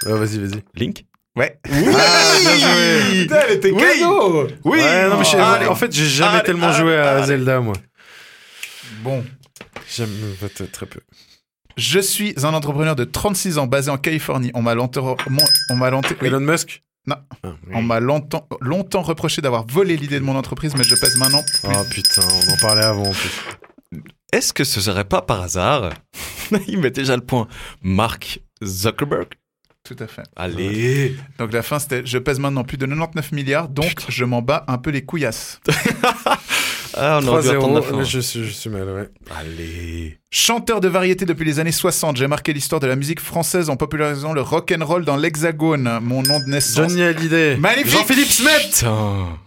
Ah, vas-y, vas-y.
Link
Ouais. Ah,
Oui
Putain, elle était
Oui.
cadeau
Oui
Ouais,
non, mais je-
allez.
En fait, j'ai jamais
Eh, Allez,
tellement
allez,
joué à Zelda, moi.
Bon.
J'aime peut-être très peu.
Je suis un entrepreneur de 36 ans basé en Californie. On m'a longtemps... mon- On m'a longtemps- oui.
Elon Musk
Non.
Ah, oui.
On m'a longtemps, longtemps reproché d'avoir volé l'idée de mon entreprise, mais je pèse maintenant plus.
Ah, putain, on en parlait avant en plus.
Est-ce que ce serait pas par hasard *laughs* Il met déjà le point. Mark Zuckerberg
Tout à fait.
Allez
Donc la fin, c'était je pèse maintenant plus de 99 milliards, donc je m'en bats un peu les couillasses.
Ah, on aurait dû attendre la
3-0,
fin.
mais je suis, je suis mal, ouais.
Allez
Chanteur de variété depuis les années 60, j'ai marqué l'histoire de la musique française en popularisant le rock and roll dans l'hexagone. Mon nom de naissance.
Johnny Hallyday.
Magnifique.
Jean-Philippe Smet
Putain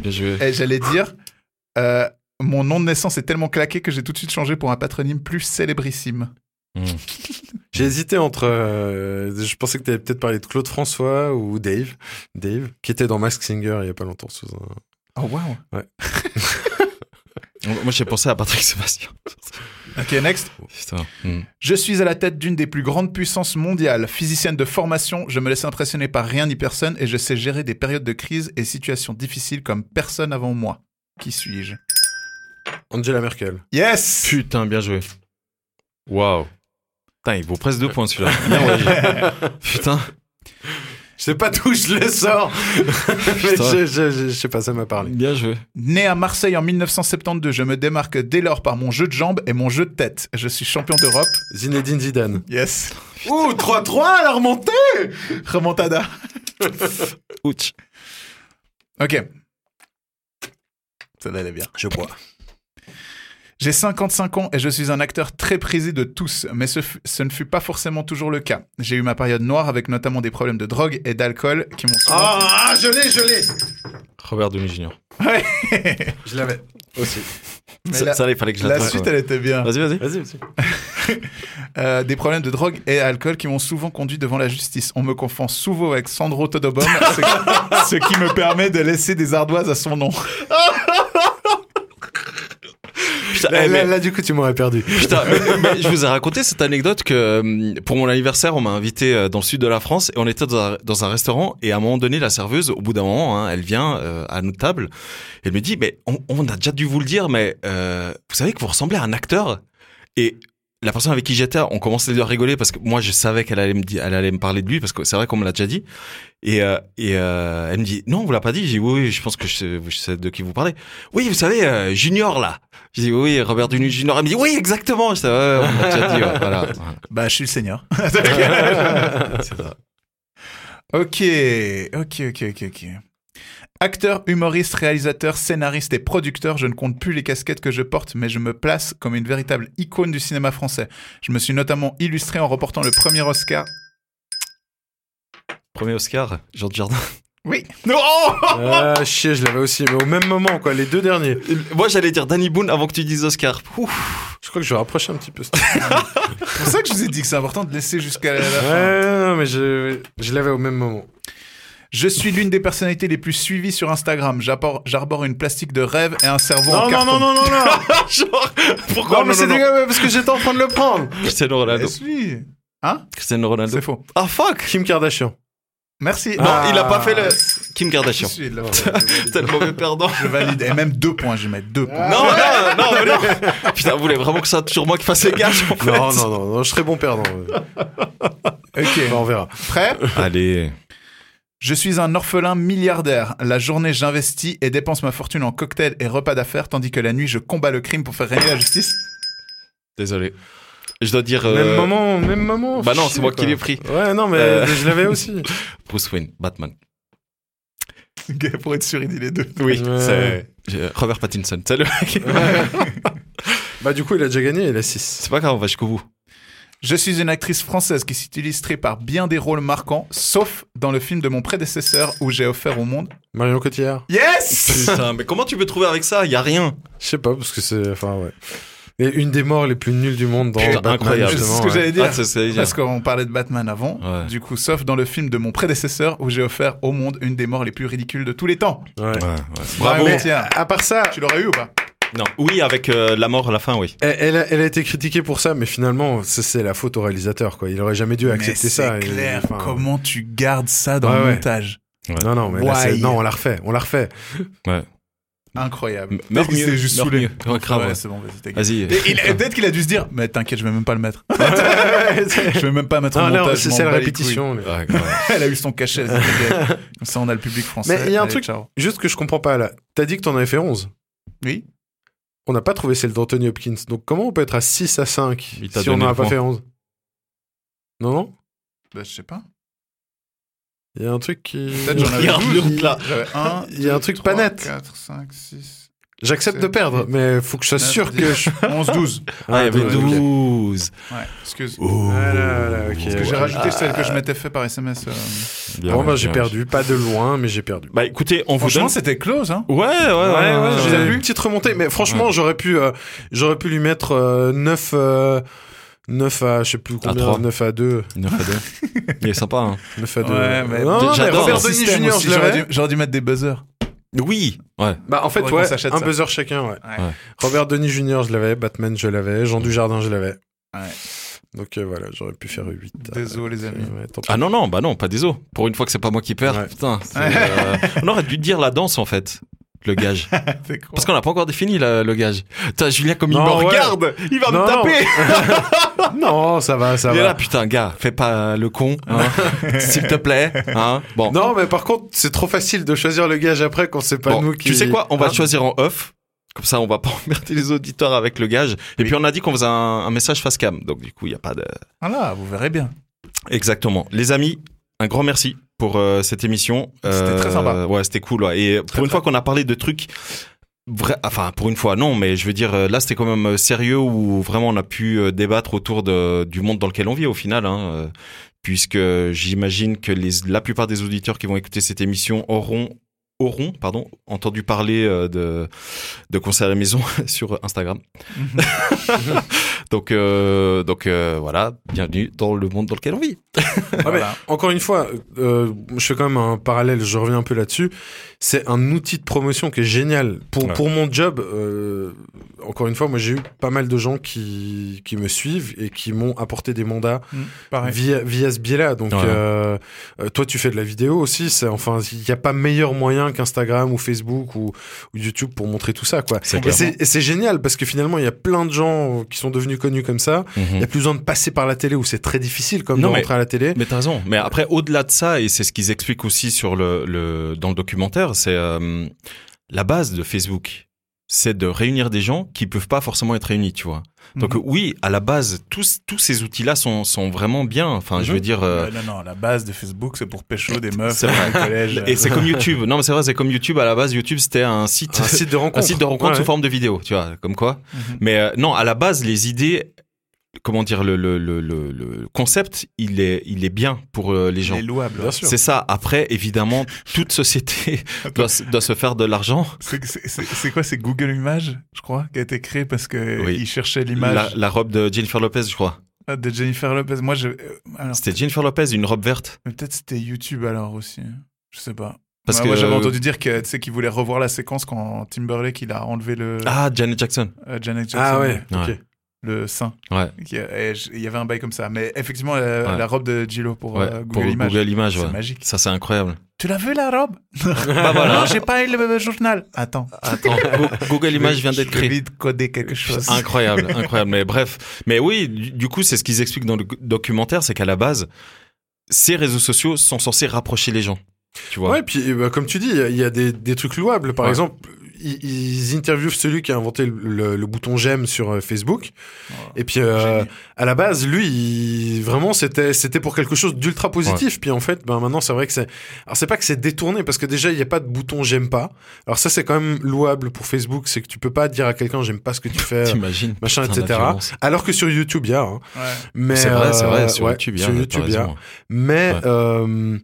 Bien joué.
Et j'allais dire, euh, mon nom de naissance est tellement claqué que j'ai tout de suite changé pour un patronyme plus célébrissime.
J'ai hésité entre. euh, je pensais que tu avais peut-être parlé de Claude François ou Dave. Dave, qui était dans Mask Singer il y a pas longtemps sous un.
Oh wow.
Moi, j'ai pensé à Patrick Sébastien.
Ok, next.
Putain. Hmm.
Je suis à la tête d'une des plus grandes puissances mondiales. Physicienne de formation, je me laisse impressionner par rien ni personne et je sais gérer des périodes de crise et situations difficiles comme personne avant moi. Qui suis-je
Angela Merkel.
Yes
Putain, bien joué. Waouh. Putain, il vaut presque deux points celui-là. Bien, *laughs* ouais. Putain.
Je sais pas d'où je le *laughs* sors, mais
Putain.
je, je- je- je sais pas, ça m'a parlé.
Bien joué.
Né à Marseille en 1972, je me démarque dès lors par mon jeu de jambes et mon jeu de tête. Je suis champion d'Europe.
Zinedine Zidane.
Yes.
Ouh, 3-3, la remontée
Remontada.
Ouch.
Ok. Ça allait bien.
Je bois.
J'ai 55 ans et je suis un acteur très prisé de tous, mais ce, fu- ce ne fut pas forcément toujours le cas. J'ai eu ma période noire avec notamment des problèmes de drogue et d'alcool qui m'ont souvent...
Ah, ah, je l'ai, je l'ai
Robert Downey Jr.
Je l'avais aussi.
Mais
Ça,
la-
ça, il fallait que je
la
l'attrape,
suite,
ouais.
elle était bien.
Vas-y, vas-y.
Vas-y, vas-y.
Euh, des problèmes de drogue et alcool qui m'ont souvent conduit devant la justice. On me confond souvent avec Sandro Todobom, ce, qui- *laughs* ce qui me permet de laisser des ardoises à son nom.
Putain,
Là,
eh, mais-
là, là, du coup, tu m'aurais perdu.
Putain, mais- mais je vous ai raconté cette anecdote que euh, pour mon anniversaire, on m'a invité euh, dans le sud de la France et on était dans un, dans un restaurant et à un moment donné, la serveuse, au bout d'un moment, hein, elle vient euh, à notre table, elle me dit, mais on, on a déjà dû vous le dire, mais euh, vous savez que vous ressemblez à un acteur et la personne avec qui j'étais, on commençait à rigoler parce que moi je savais qu'elle allait me dire, elle allait me parler de lui parce que c'est vrai qu'on me l'a déjà dit. Et, euh, et euh, elle me dit non, on vous l'a pas dit. J'ai dit oui, oui, je pense que je sais, je sais de qui vous parlez. Oui, vous savez euh, Junior là. J'ai dit oui, Robert Downey Junior. Elle me dit oui, exactement. Je dis, ouais, on me l'a déjà dit. ouais, *laughs* voilà.
Bah, je suis
*laughs*
le seigneur. *laughs*
C'est ça.
Ok, ok, ok, ok, ok. Acteur, humoriste, réalisateur, scénariste et producteur, je ne compte plus les casquettes que je porte, mais je me place comme une véritable icône du cinéma français. Je me suis notamment illustré en remportant le premier Oscar.
Premier Oscar, Jean Jardin.
Oui.
*laughs* Ah, chier, je l'avais aussi, mais au même moment, quoi, les deux derniers.
Euh, Moi j'allais dire Danny Boone avant que tu dises Oscar. Ouf.
Je crois que je rapproche un petit peu.
C'est pour ça que je vous ai dit que c'est important de laisser jusqu'à la la
Ouais,
fin.
non, mais je, je l'avais au même moment.
Je suis l'une des personnalités les plus suivies sur Instagram. J'appor- J'arbore une plastique de rêve et un cerveau en
Non, non,
carton.
non, non, non, non
*laughs* Genre pourquoi
Non, mais c'est dégueulasse, parce que j'étais en train de le prendre
Cristiano Ronaldo.
Laisse-lui. Hein
Cristiano Ronaldo.
C'est faux.
Ah fuck.
*laughs* Kim Kardashian.
Merci.
Non,
Ah.
il a pas fait le Kim Kardashian.
Je,
T'es le mauvais perdant.
je valide. Et même deux points, je vais mettre deux
Ah.
points.
*laughs* Non, non, non, mais non. *laughs* Putain, vous voulez vraiment que ça soit toujours moi qui fasse les gages en fait
Non, non, non, non, je serais bon perdant. *laughs*
Ok.
Bah, on verra.
Prêt
Allez.
Je suis un orphelin milliardaire. La journée, j'investis et dépense ma fortune en cocktails et repas d'affaires, tandis que la nuit, je combats le crime pour faire régner la justice. *laughs*
Désolé. Je dois dire. euh,
Même moment, même moment.
Bah non,
chier,
c'est moi
quoi.
qui l'ai pris.
Ouais, non, mais
Euh.
je l'avais aussi.
Bruce Wayne, Batman.
pour être sûr, il dit les deux.
Oui,
Ouais.
c'est. je- Euh, Robert Pattinson. C'est le mec.
Bah du coup, il a déjà gagné, il a 6.
*laughs* C'est pas grave, on va jusqu'au bout.
Je suis une actrice française qui s'illustrée par bien des rôles marquants, sauf dans le film de mon prédécesseur où j'ai offert au monde.
Marion Cotillard.
Yes
Putain, mais comment tu peux trouver avec ça Y a rien.
Je sais pas, parce que c'est... Enfin, ouais. Et une des morts les plus nulles du monde dans
Putain,
Batman,
bah, incroyable.
justement,
C'est ce que
ouais.
j'allais dire.
Ah, c'est- c'est-
Parce qu'on parlait de Batman avant,
Ouais.
du coup, sauf dans le film de mon prédécesseur où j'ai offert au monde une des morts les plus ridicules de tous les temps.
Ouais.
Bravo.
Ouais, mais- Tiens,
À part ça,
tu l'aurais eu ou pas
Non. Oui, avec euh, la mort à la fin, oui.
elle, elle a, elle a été critiquée pour ça, mais finalement, ça, c'est la faute au réalisateur, quoi. Il aurait jamais dû accepter
Mais
ça.
C'est
et-
clair.
enfin,
Comment tu gardes ça dans
Ouais,
le
ouais.
montage
Non, non, mais là, c'est-
Why
non, on la refait, on la refait.
Incroyable.
M- meurs
Peut-être qu'il
mieux,
s'est juste
meurs
saoulé.
mieux. Ouais, grave,
Ouais,
ouais.
c'est bon, vas-y, t'inquiète.
Vas-y.
Et il- et Peut-être qu'il a dû se dire, mais t'inquiète, je vais même pas
*laughs*
le mettre. *laughs* je vais même pas mettre
Ah Non,
en
non,
montage.
c'est
je m'en
c'est la
bats les couilles.
répétition. mais-
Ouais, grave.
*laughs* Elle a eu son cachet. elle s'est dit,
*laughs*
ok, Comme ça, on a le public français.
Mais il y a un
Allez,
truc-
ciao.
Juste que je comprends pas, là. T'as dit que t'en avais fait 11.
Oui.
On n'a pas trouvé celle d'Anthony Hopkins. Donc comment on peut être à 6 à 5
Il t'a
si on
donné
n'en a
le
pas
point.
fait 11 Non, non
Bah, je sais pas.
Il y a un truc qui...
Peut-être j'en avais
Regarde
douze.
le honte, là.
*laughs*
J'avais un.
Il y a un truc pas net.
4, 5, 6.
J'accepte de perdre, mais faut que je sois sûr que
*laughs*
je...
11, 12.
Ah, il y avait
ok.
12.
Ouais, excuse.
Ah là là, ok.
Parce que j'ai
Ouais. Ah.
rajouté celle que je m'étais fait par SMS. euh.
Bien,
Bon, bah
bien,
j'ai
bien.
perdu. Pas de loin, mais j'ai perdu.
Bah écoutez, on vous
Franchement,
donne.
c'était close, hein.
Ouais, ouais, ouais. ouais,
J'ai
ouais.
eu une petite remontée, mais franchement, j'aurais pu, euh, j'aurais pu lui mettre euh, 9, 9 à, je sais plus combien,
trois.
9 à 2,
9 à 2. Il est sympa, hein.
9 à 2.
Ouais, mais-
non, non, mais
J'adore
Robert
ce
Downey
Système
Jr.
aussi,
je l'avais.
j'aurais dû- J'aurais dû mettre des buzzers.
Oui, ouais.
Bah, en fait,
Faudrait qu'on
ouais,
s'achète
un
ça.
buzzer chacun, ouais.
Ouais.
Ouais.
Robert Denis Jr., je l'avais. Batman, je l'avais. Jean Dujardin, je l'avais.
Ouais.
Donc euh, voilà, j'aurais pu faire 8.
Désolé, les amis.
Ah non, non, bah non, pas des os. Pour une fois que c'est pas moi qui perds,
Ouais.
putain. c'est, euh, on aurait dû dire la danse en fait. Le gage.
C'est con.
Parce qu'on n'a pas encore défini la- le gage. Putain, Julien, comme il
Non,
me
ouais.
regarde, il va
Non,
me taper.
*laughs* non, ça va, ça
il est
va.
là, putain, gars, fais pas le con, hein, *laughs* s'il te plaît. Hein. Bon,
Non, mais par contre, c'est trop facile de choisir le gage après quand c'est pas
Bon,
nous qui.
Tu sais quoi On va
Hein
choisir en off. Comme ça, on va pas *laughs* emmerder les auditeurs avec le gage. Et puis, on a dit qu'on faisait un, un message face cam. Donc, du coup, il n'y a pas de.
Voilà, Ah, vous verrez bien.
Exactement. Les amis, un grand merci pour euh, cette émission. Euh,
C'était très sympa.
Ouais, c'était cool. ouais. Et pour une fois qu'on a parlé de trucs. vra- Enfin, pour une fois, non, mais je veux dire, euh, là, c'était quand même euh, sérieux où vraiment on a pu euh, débattre autour de, du monde dans lequel on vit au final, hein, euh, puisque j'imagine que les, la plupart des auditeurs qui vont écouter cette émission auront, auront pardon, entendu parler euh, de, de Conseil à la maison *laughs* sur Instagram.
Mhm.
*laughs* donc, euh, donc euh, voilà, bienvenue dans le monde dans lequel on vit.
Ah, mais
Voilà.
encore une fois, euh, je fais quand même un parallèle, je reviens un peu là-dessus. C'est un outil de promotion qui est génial. Pour,
Ouais.
pour mon job, euh, encore une fois, moi j'ai eu pas mal de gens qui, qui me suivent et qui m'ont apporté des mandats
Pareil.
via, via ce biais-là. Donc,
Mm, Ouais.
euh, euh, toi, tu fais de la vidéo aussi. C'est, enfin, il n'y a pas meilleur moyen qu'Instagram ou Facebook ou, ou YouTube pour montrer tout ça, quoi.
C'est
Et c'est, et c'est génial parce que finalement, il y a plein de gens qui sont devenus connus comme ça. Il n'y a plus besoin de passer par la télé où c'est très difficile comme
Mm. Non,
de
mais-
rentrer à la télé.
Mais t'as raison. Mais après, au-delà de ça, et c'est ce qu'ils expliquent aussi sur le, le- dans le documentaire, c'est euh, la base de Facebook, c'est de réunir des gens qui peuvent pas forcément être réunis, tu vois. Donc
Mhm.
euh, oui, à la base, tous tous ces outils-là sont sont vraiment bien. Enfin,
Mhm.
je veux dire. euh,
Euh, non, non, la base de Facebook, c'est pour pécho des meufs
C'est
dans le collège.
*laughs*
et c'est comme YouTube. Non, mais c'est vrai, c'est comme YouTube. À la base, YouTube, c'était un
Un
site, *laughs*
site de rencontre.
un site de rencontre
Ouais.
sous forme de vidéo, tu vois, comme quoi.
Mhm.
Mais euh, non, à la base, les idées, comment dire, le, le, le, le- le concept, il est, il est bien pour euh, les gens.
Les louables.
Bien sûr.
C'est ça. Après, évidemment, toute société *laughs* doit, se- doit se faire de l'argent.
C'est- C'est c'est- c'est quoi C'est Google Images, je crois, qui a été créé parce que
Oui.
ils cherchaient
La,
l'image Ah,
la robe de Jennifer Lopez, je crois.
de Jennifer Lopez. Moi, je. euh, alors,
C'était Jennifer Lopez, une robe verte.
mais peut-être c'était YouTube alors aussi. Je sais pas.
Parce
Bah,
que
moi, j'avais entendu dire que tu sais qu'ils voulaient revoir la séquence quand Timberlake il a enlevé le
Ah, Janet Jackson.
euh, Janet Jackson,
Ah ouais,
Ouais.
ok.
le sein.
Ouais.
Et qui- et j- Il y avait un bail comme ça. Mais effectivement, la,
Ouais.
la robe de Gillo pour
Ouais,
euh, Google
pour
Images.
Google Images.
c'est
ouais.
magique.
Ça, c'est incroyable.
Tu l'as vu la
*laughs*
robe
Bah voilà.
Non, j'ai pas eu le euh, journal. Attends.
*laughs* Attends, Go- Google Images vient d'être
Je vais
créé.
vite coder quelque chose.
Incroyable, incroyable. Mais bref, mais oui, du, du coup, c'est ce qu'ils expliquent dans le documentaire, c'est qu'à la base, ces réseaux sociaux sont censés rapprocher les gens. Tu vois.
Ouais, puis euh, bah, comme tu dis, il y a- il y a des, des trucs louables. Par
Ouais.
exemple, ils, ils interviewent celui qui a inventé le, le- le bouton j'aime sur euh, Facebook. Et puis euh,
Génie.
à la base, lui, il- vraiment, c'était c'était pour quelque chose d'ultra positif. Puis en fait, ben maintenant, c'est vrai que c'est. Alors c'est pas que c'est détourné parce que déjà, il n'y a pas de bouton j'aime pas. Alors ça, c'est quand même louable pour Facebook, c'est que tu peux pas dire à quelqu'un j'aime pas ce
*laughs*
que tu fais.
T'imagines.
euh, machin,
putain, la
etc.
violence.
Alors que sur YouTube, il y a. hein.
Ouais.
Mais
C'est vrai, c'est
euh,
vrai. Sur
ouais,
YouTube, il y a,
sur
t'as
YouTube, il y a.
raison.
Mais,
Ouais.
euh,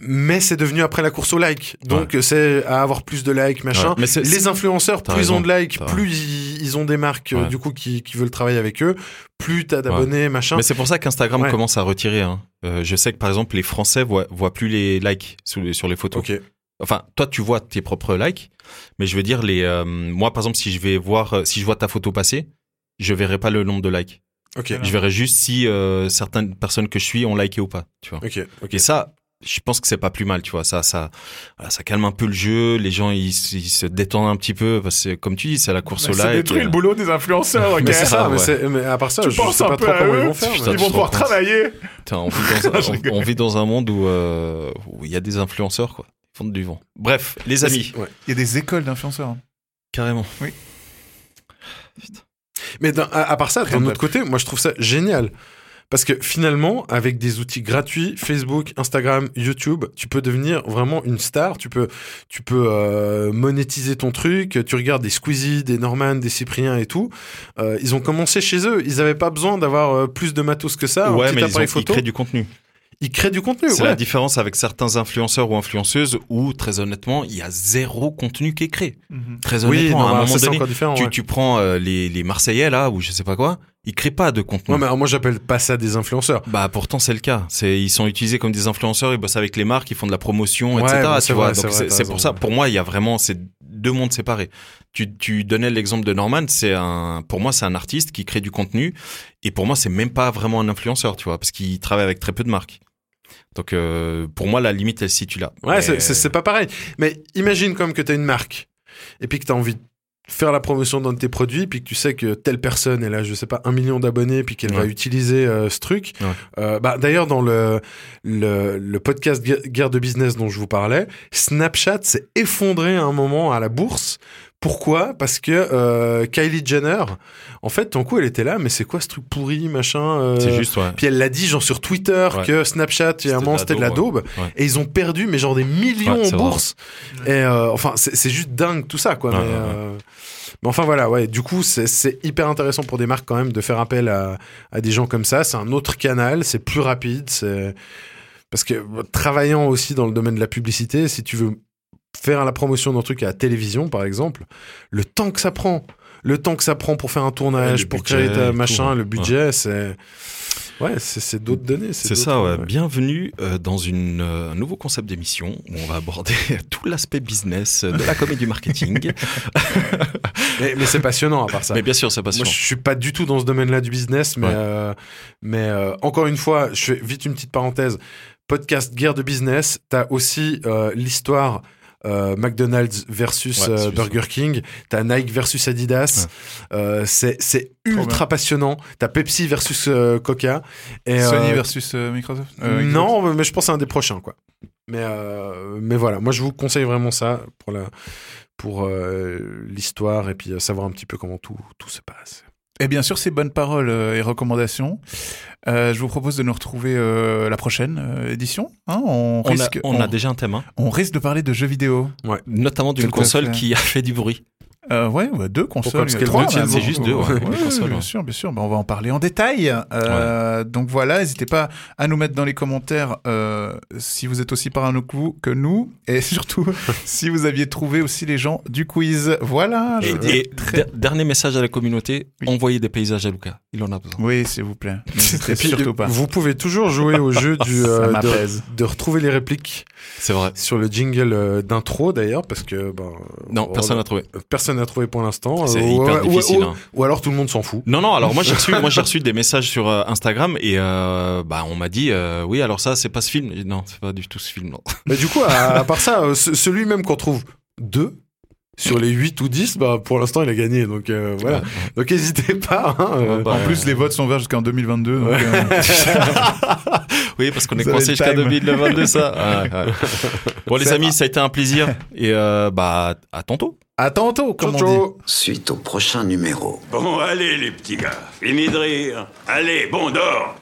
mais c'est devenu après la course au like. Donc c'est à avoir plus de likes, machin.
Ouais, mais c'est-
Les influenceurs,
T'as
plus ils ont de
raison,
likes,
t'as
plus ils, ils ont des marques euh,
Ouais.
du coup qui, qui veulent travailler avec eux, plus t'as d'abonnés, machin.
Mais c'est pour ça qu'Instagram
Ouais.
commence à retirer. hein. Euh, je sais que par exemple, les Français voient, voient plus les likes sous les- sur les photos.
Ok.
Enfin, toi, tu vois tes propres likes, mais je veux dire les. euh, moi, par exemple, si je vais voir, euh, si je vois ta photo passer, je verrai pas le nombre de likes.
Ok.
Ah.
Je verrai juste si euh, certaines personnes que je suis ont liké ou pas. Tu vois.
Ok. Ok.
Et ça, je pense que c'est pas plus mal. Tu vois, ça, ça, voilà, ça calme un peu le jeu. Les gens, ils, s- ils se détendent un petit peu parce que, comme tu dis, c'est la
Bah,
course
Mais
au
ça
like.
détruit
euh.
le boulot des influenceurs, ok
Mais c'est ça,
Ah,
mais,
ouais.
c'est- mais à part ça,
Tu
je
penses
sais
un
pas
peu
trop
à
comment ils
eux,
vont faire.
putain,
mais-
ils
je
vont pouvoir
comprends.
travailler.
Putain, on vit
*laughs*
dans un,
Je
on-
rigole.
on vit dans un monde où euh, où il y a des influenceurs quoi. Ils font du vent. Bref, les amis.
Ouais.
Il y a des écoles d'influenceurs. hein.
Carrément.
Mais dans- à, à part ça,
Rien
d'un
de
autre côté, moi je trouve ça génial. Parce que finalement, avec des outils gratuits, Facebook, Instagram, YouTube, tu peux devenir vraiment une star. Tu peux, tu peux euh, monétiser ton truc. Tu regardes des Squeezie, des Norman, des Cyprien et tout. Euh, ils ont commencé chez eux. Ils n'avaient pas besoin d'avoir euh, plus de matos que ça. un
ouais,
petit
mais ils, ont,
appareil
ils
photo.
créent du contenu.
Ils créent du contenu.
C'est
ouais.
la différence avec certains influenceurs ou influenceuses où, très honnêtement, il y a zéro contenu qui est créé. Très
Oui,
honnêtement,
non,
à un
bah,
moment
ça, c'est
donné,
encore différent.
tu,
ouais.
tu prends euh, les, les Marseillais là ou je sais pas quoi, Ils créent pas de contenu.
Ouais, mais alors moi j'appelle pas ça des influenceurs.
Bah pourtant c'est le cas. C'est ils sont utilisés comme des influenceurs, ils bossent avec les marques, ils font de la promotion,
Ouais,
etc.
bah,
tu
c'est
vois.
vrai, c'est
Donc
vrai,
c'est
t'as
c'est pour
raison.
ça. Pour moi, il y a vraiment c'est deux mondes séparés. Tu, tu donnais l'exemple de Norman. C'est un pour moi c'est un artiste qui crée du contenu et pour moi c'est même pas vraiment un influenceur, tu vois, parce qu'il travaille avec très peu de marques. Donc euh, pour moi la limite elle se situe là.
Ouais,
Mais- euh,
c'est- c'est c'est pas pareil. Mais imagine comme que t'as une marque et puis que t'as envie de faire la promotion d'un de tes produits, puis que tu sais que telle personne elle a, je sais pas, un million d'abonnés, puis qu'elle va
Ouais.
utiliser euh, ce truc.
Ouais.
Euh, bah, D'ailleurs, dans le, le, le podcast Gu- Guerre de Business dont je vous parlais, Snapchat s'est effondré à un moment à la bourse. Pourquoi Parce que euh, Kylie Jenner, en fait, ton coup, elle était là, mais c'est quoi ce truc pourri, machin euh,
c'est juste ouais.
Puis elle l'a dit genre sur Twitter
Ouais.
que Snapchat, il y a un moment, c'était de la daube.
ouais. Ouais.
Et ils ont perdu, mais genre des millions
Ouais, c'est
en
vrai.
bourse. Et euh, enfin, c'est c'est juste dingue tout ça, quoi.
Ouais,
mais,
ouais, ouais.
euh, mais enfin, voilà, ouais. Du coup, c'est- c'est hyper intéressant pour des marques quand même de faire appel à, à des gens comme ça. C'est un autre canal, c'est plus rapide. c'est Parce que bah, travaillant aussi dans le domaine de la publicité, si tu veux faire la promotion d'un truc à la télévision, par exemple, le temps que ça prend. Le temps que ça prend pour faire un tournage,
Ouais, le
pour
budget
créer
et
ta
tout,
machin,
ouais.
le budget, c'est. Ouais, c'est c'est d'autres données.
C'est
d'autres-
ça, ouais. bienvenue euh, dans une, euh, un nouveau concept d'émission où on va aborder *laughs* tout l'aspect business de la comédie marketing.
Mais, mais c'est passionnant à part ça.
Mais bien sûr, c'est
Moi,
passionnant.
je suis pas du tout dans ce domaine-là du business, mais,
Ouais.
euh, mais euh, encore une fois, je fais vite une petite parenthèse. Podcast Guerre de business, t'as aussi euh, l'histoire euh, McDonald's versus
Ouais,
euh,
c'est
Burger King, t'as Nike versus Adidas, Euh, c'est c'est
Trop
ultra passionnant, t'as Pepsi versus euh, Coca. Et,
Sony
euh,
versus euh, Microsoft Euh, Xbox.
non, mais je pense à un des prochains, quoi. Mais, euh, mais voilà, moi je vous conseille vraiment ça pour la pour euh, l'histoire et puis euh, savoir un petit peu comment tout, tout se passe.
Et Eh bien sûr, ces bonnes paroles euh, et recommandations, euh, je vous propose de nous retrouver euh, la prochaine euh, édition. hein. on,
On, a,
risque,
on a
on-
déjà un thème, hein.
on risque de parler de jeux vidéo.
notamment d'une
Tout à
console
fait.
qui a fait du bruit.
Euh, ouais, ouais, deux consoles.
Parce qu'elles
trois,
ne tiennent,
même.
c'est juste deux, ouais.
Ouais,
Une console,
bien
ouais.
sûr, bien sûr. Ben, on va en parler en détail. Euh, Donc voilà, n'hésitez pas à nous mettre dans les commentaires euh, si vous êtes aussi parano que vous- que nous, et *laughs* surtout si vous aviez trouvé aussi les gens du quiz. Voilà. je
Et,
vous dis
et
très-
der- dernier message à la communauté,
Oui.
envoyez des paysages à Lucas. Il en a besoin.
Oui, s'il vous plaît. N'hésitez
*laughs*
Et puis,
surtout pas.
Vous pouvez toujours jouer au jeu du, euh,
Ça m'apaise.
de, de retrouver les répliques
C'est vrai.
sur le jingle euh, d'intro d'ailleurs, parce que ben,
Non,
on-
personne n'a trouvé.
personne n'a trouvé pour l'instant.
C'est
Euh,
hyper
ou- ou-
difficile.
Ou,
hein.
ou alors tout le monde s'en fout.
Non, non, alors moi j'ai *laughs* reçu, moi, j'ai reçu des messages sur euh, Instagram et euh, bah, on m'a dit euh, oui, alors ça, c'est pas ce film. Et Non, c'est pas du tout ce film. non. *laughs*
Mais du coup, à, à part ça, euh, ce- celui même qu'on trouve deux sur les 8 ou 10, bah, pour l'instant il a gagné. Donc euh, voilà.
Ouais.
Donc n'hésitez pas. hein, euh,
Ouais, bah,
en plus, les votes sont ouverts jusqu'en 2022. donc, euh,
Oui, parce qu'on est
Vous avez le
coincé jusqu'à
time.
2022, *laughs* ça. Ouais, ouais. Bon, les
Ça
amis, ça a été un plaisir. Et euh, bah, à tantôt.
à tantôt, comme on dit.
Ciao, ciao.
Suite au prochain numéro.
Bon, allez, les petits gars. Fini de rire. Allez, bon, dors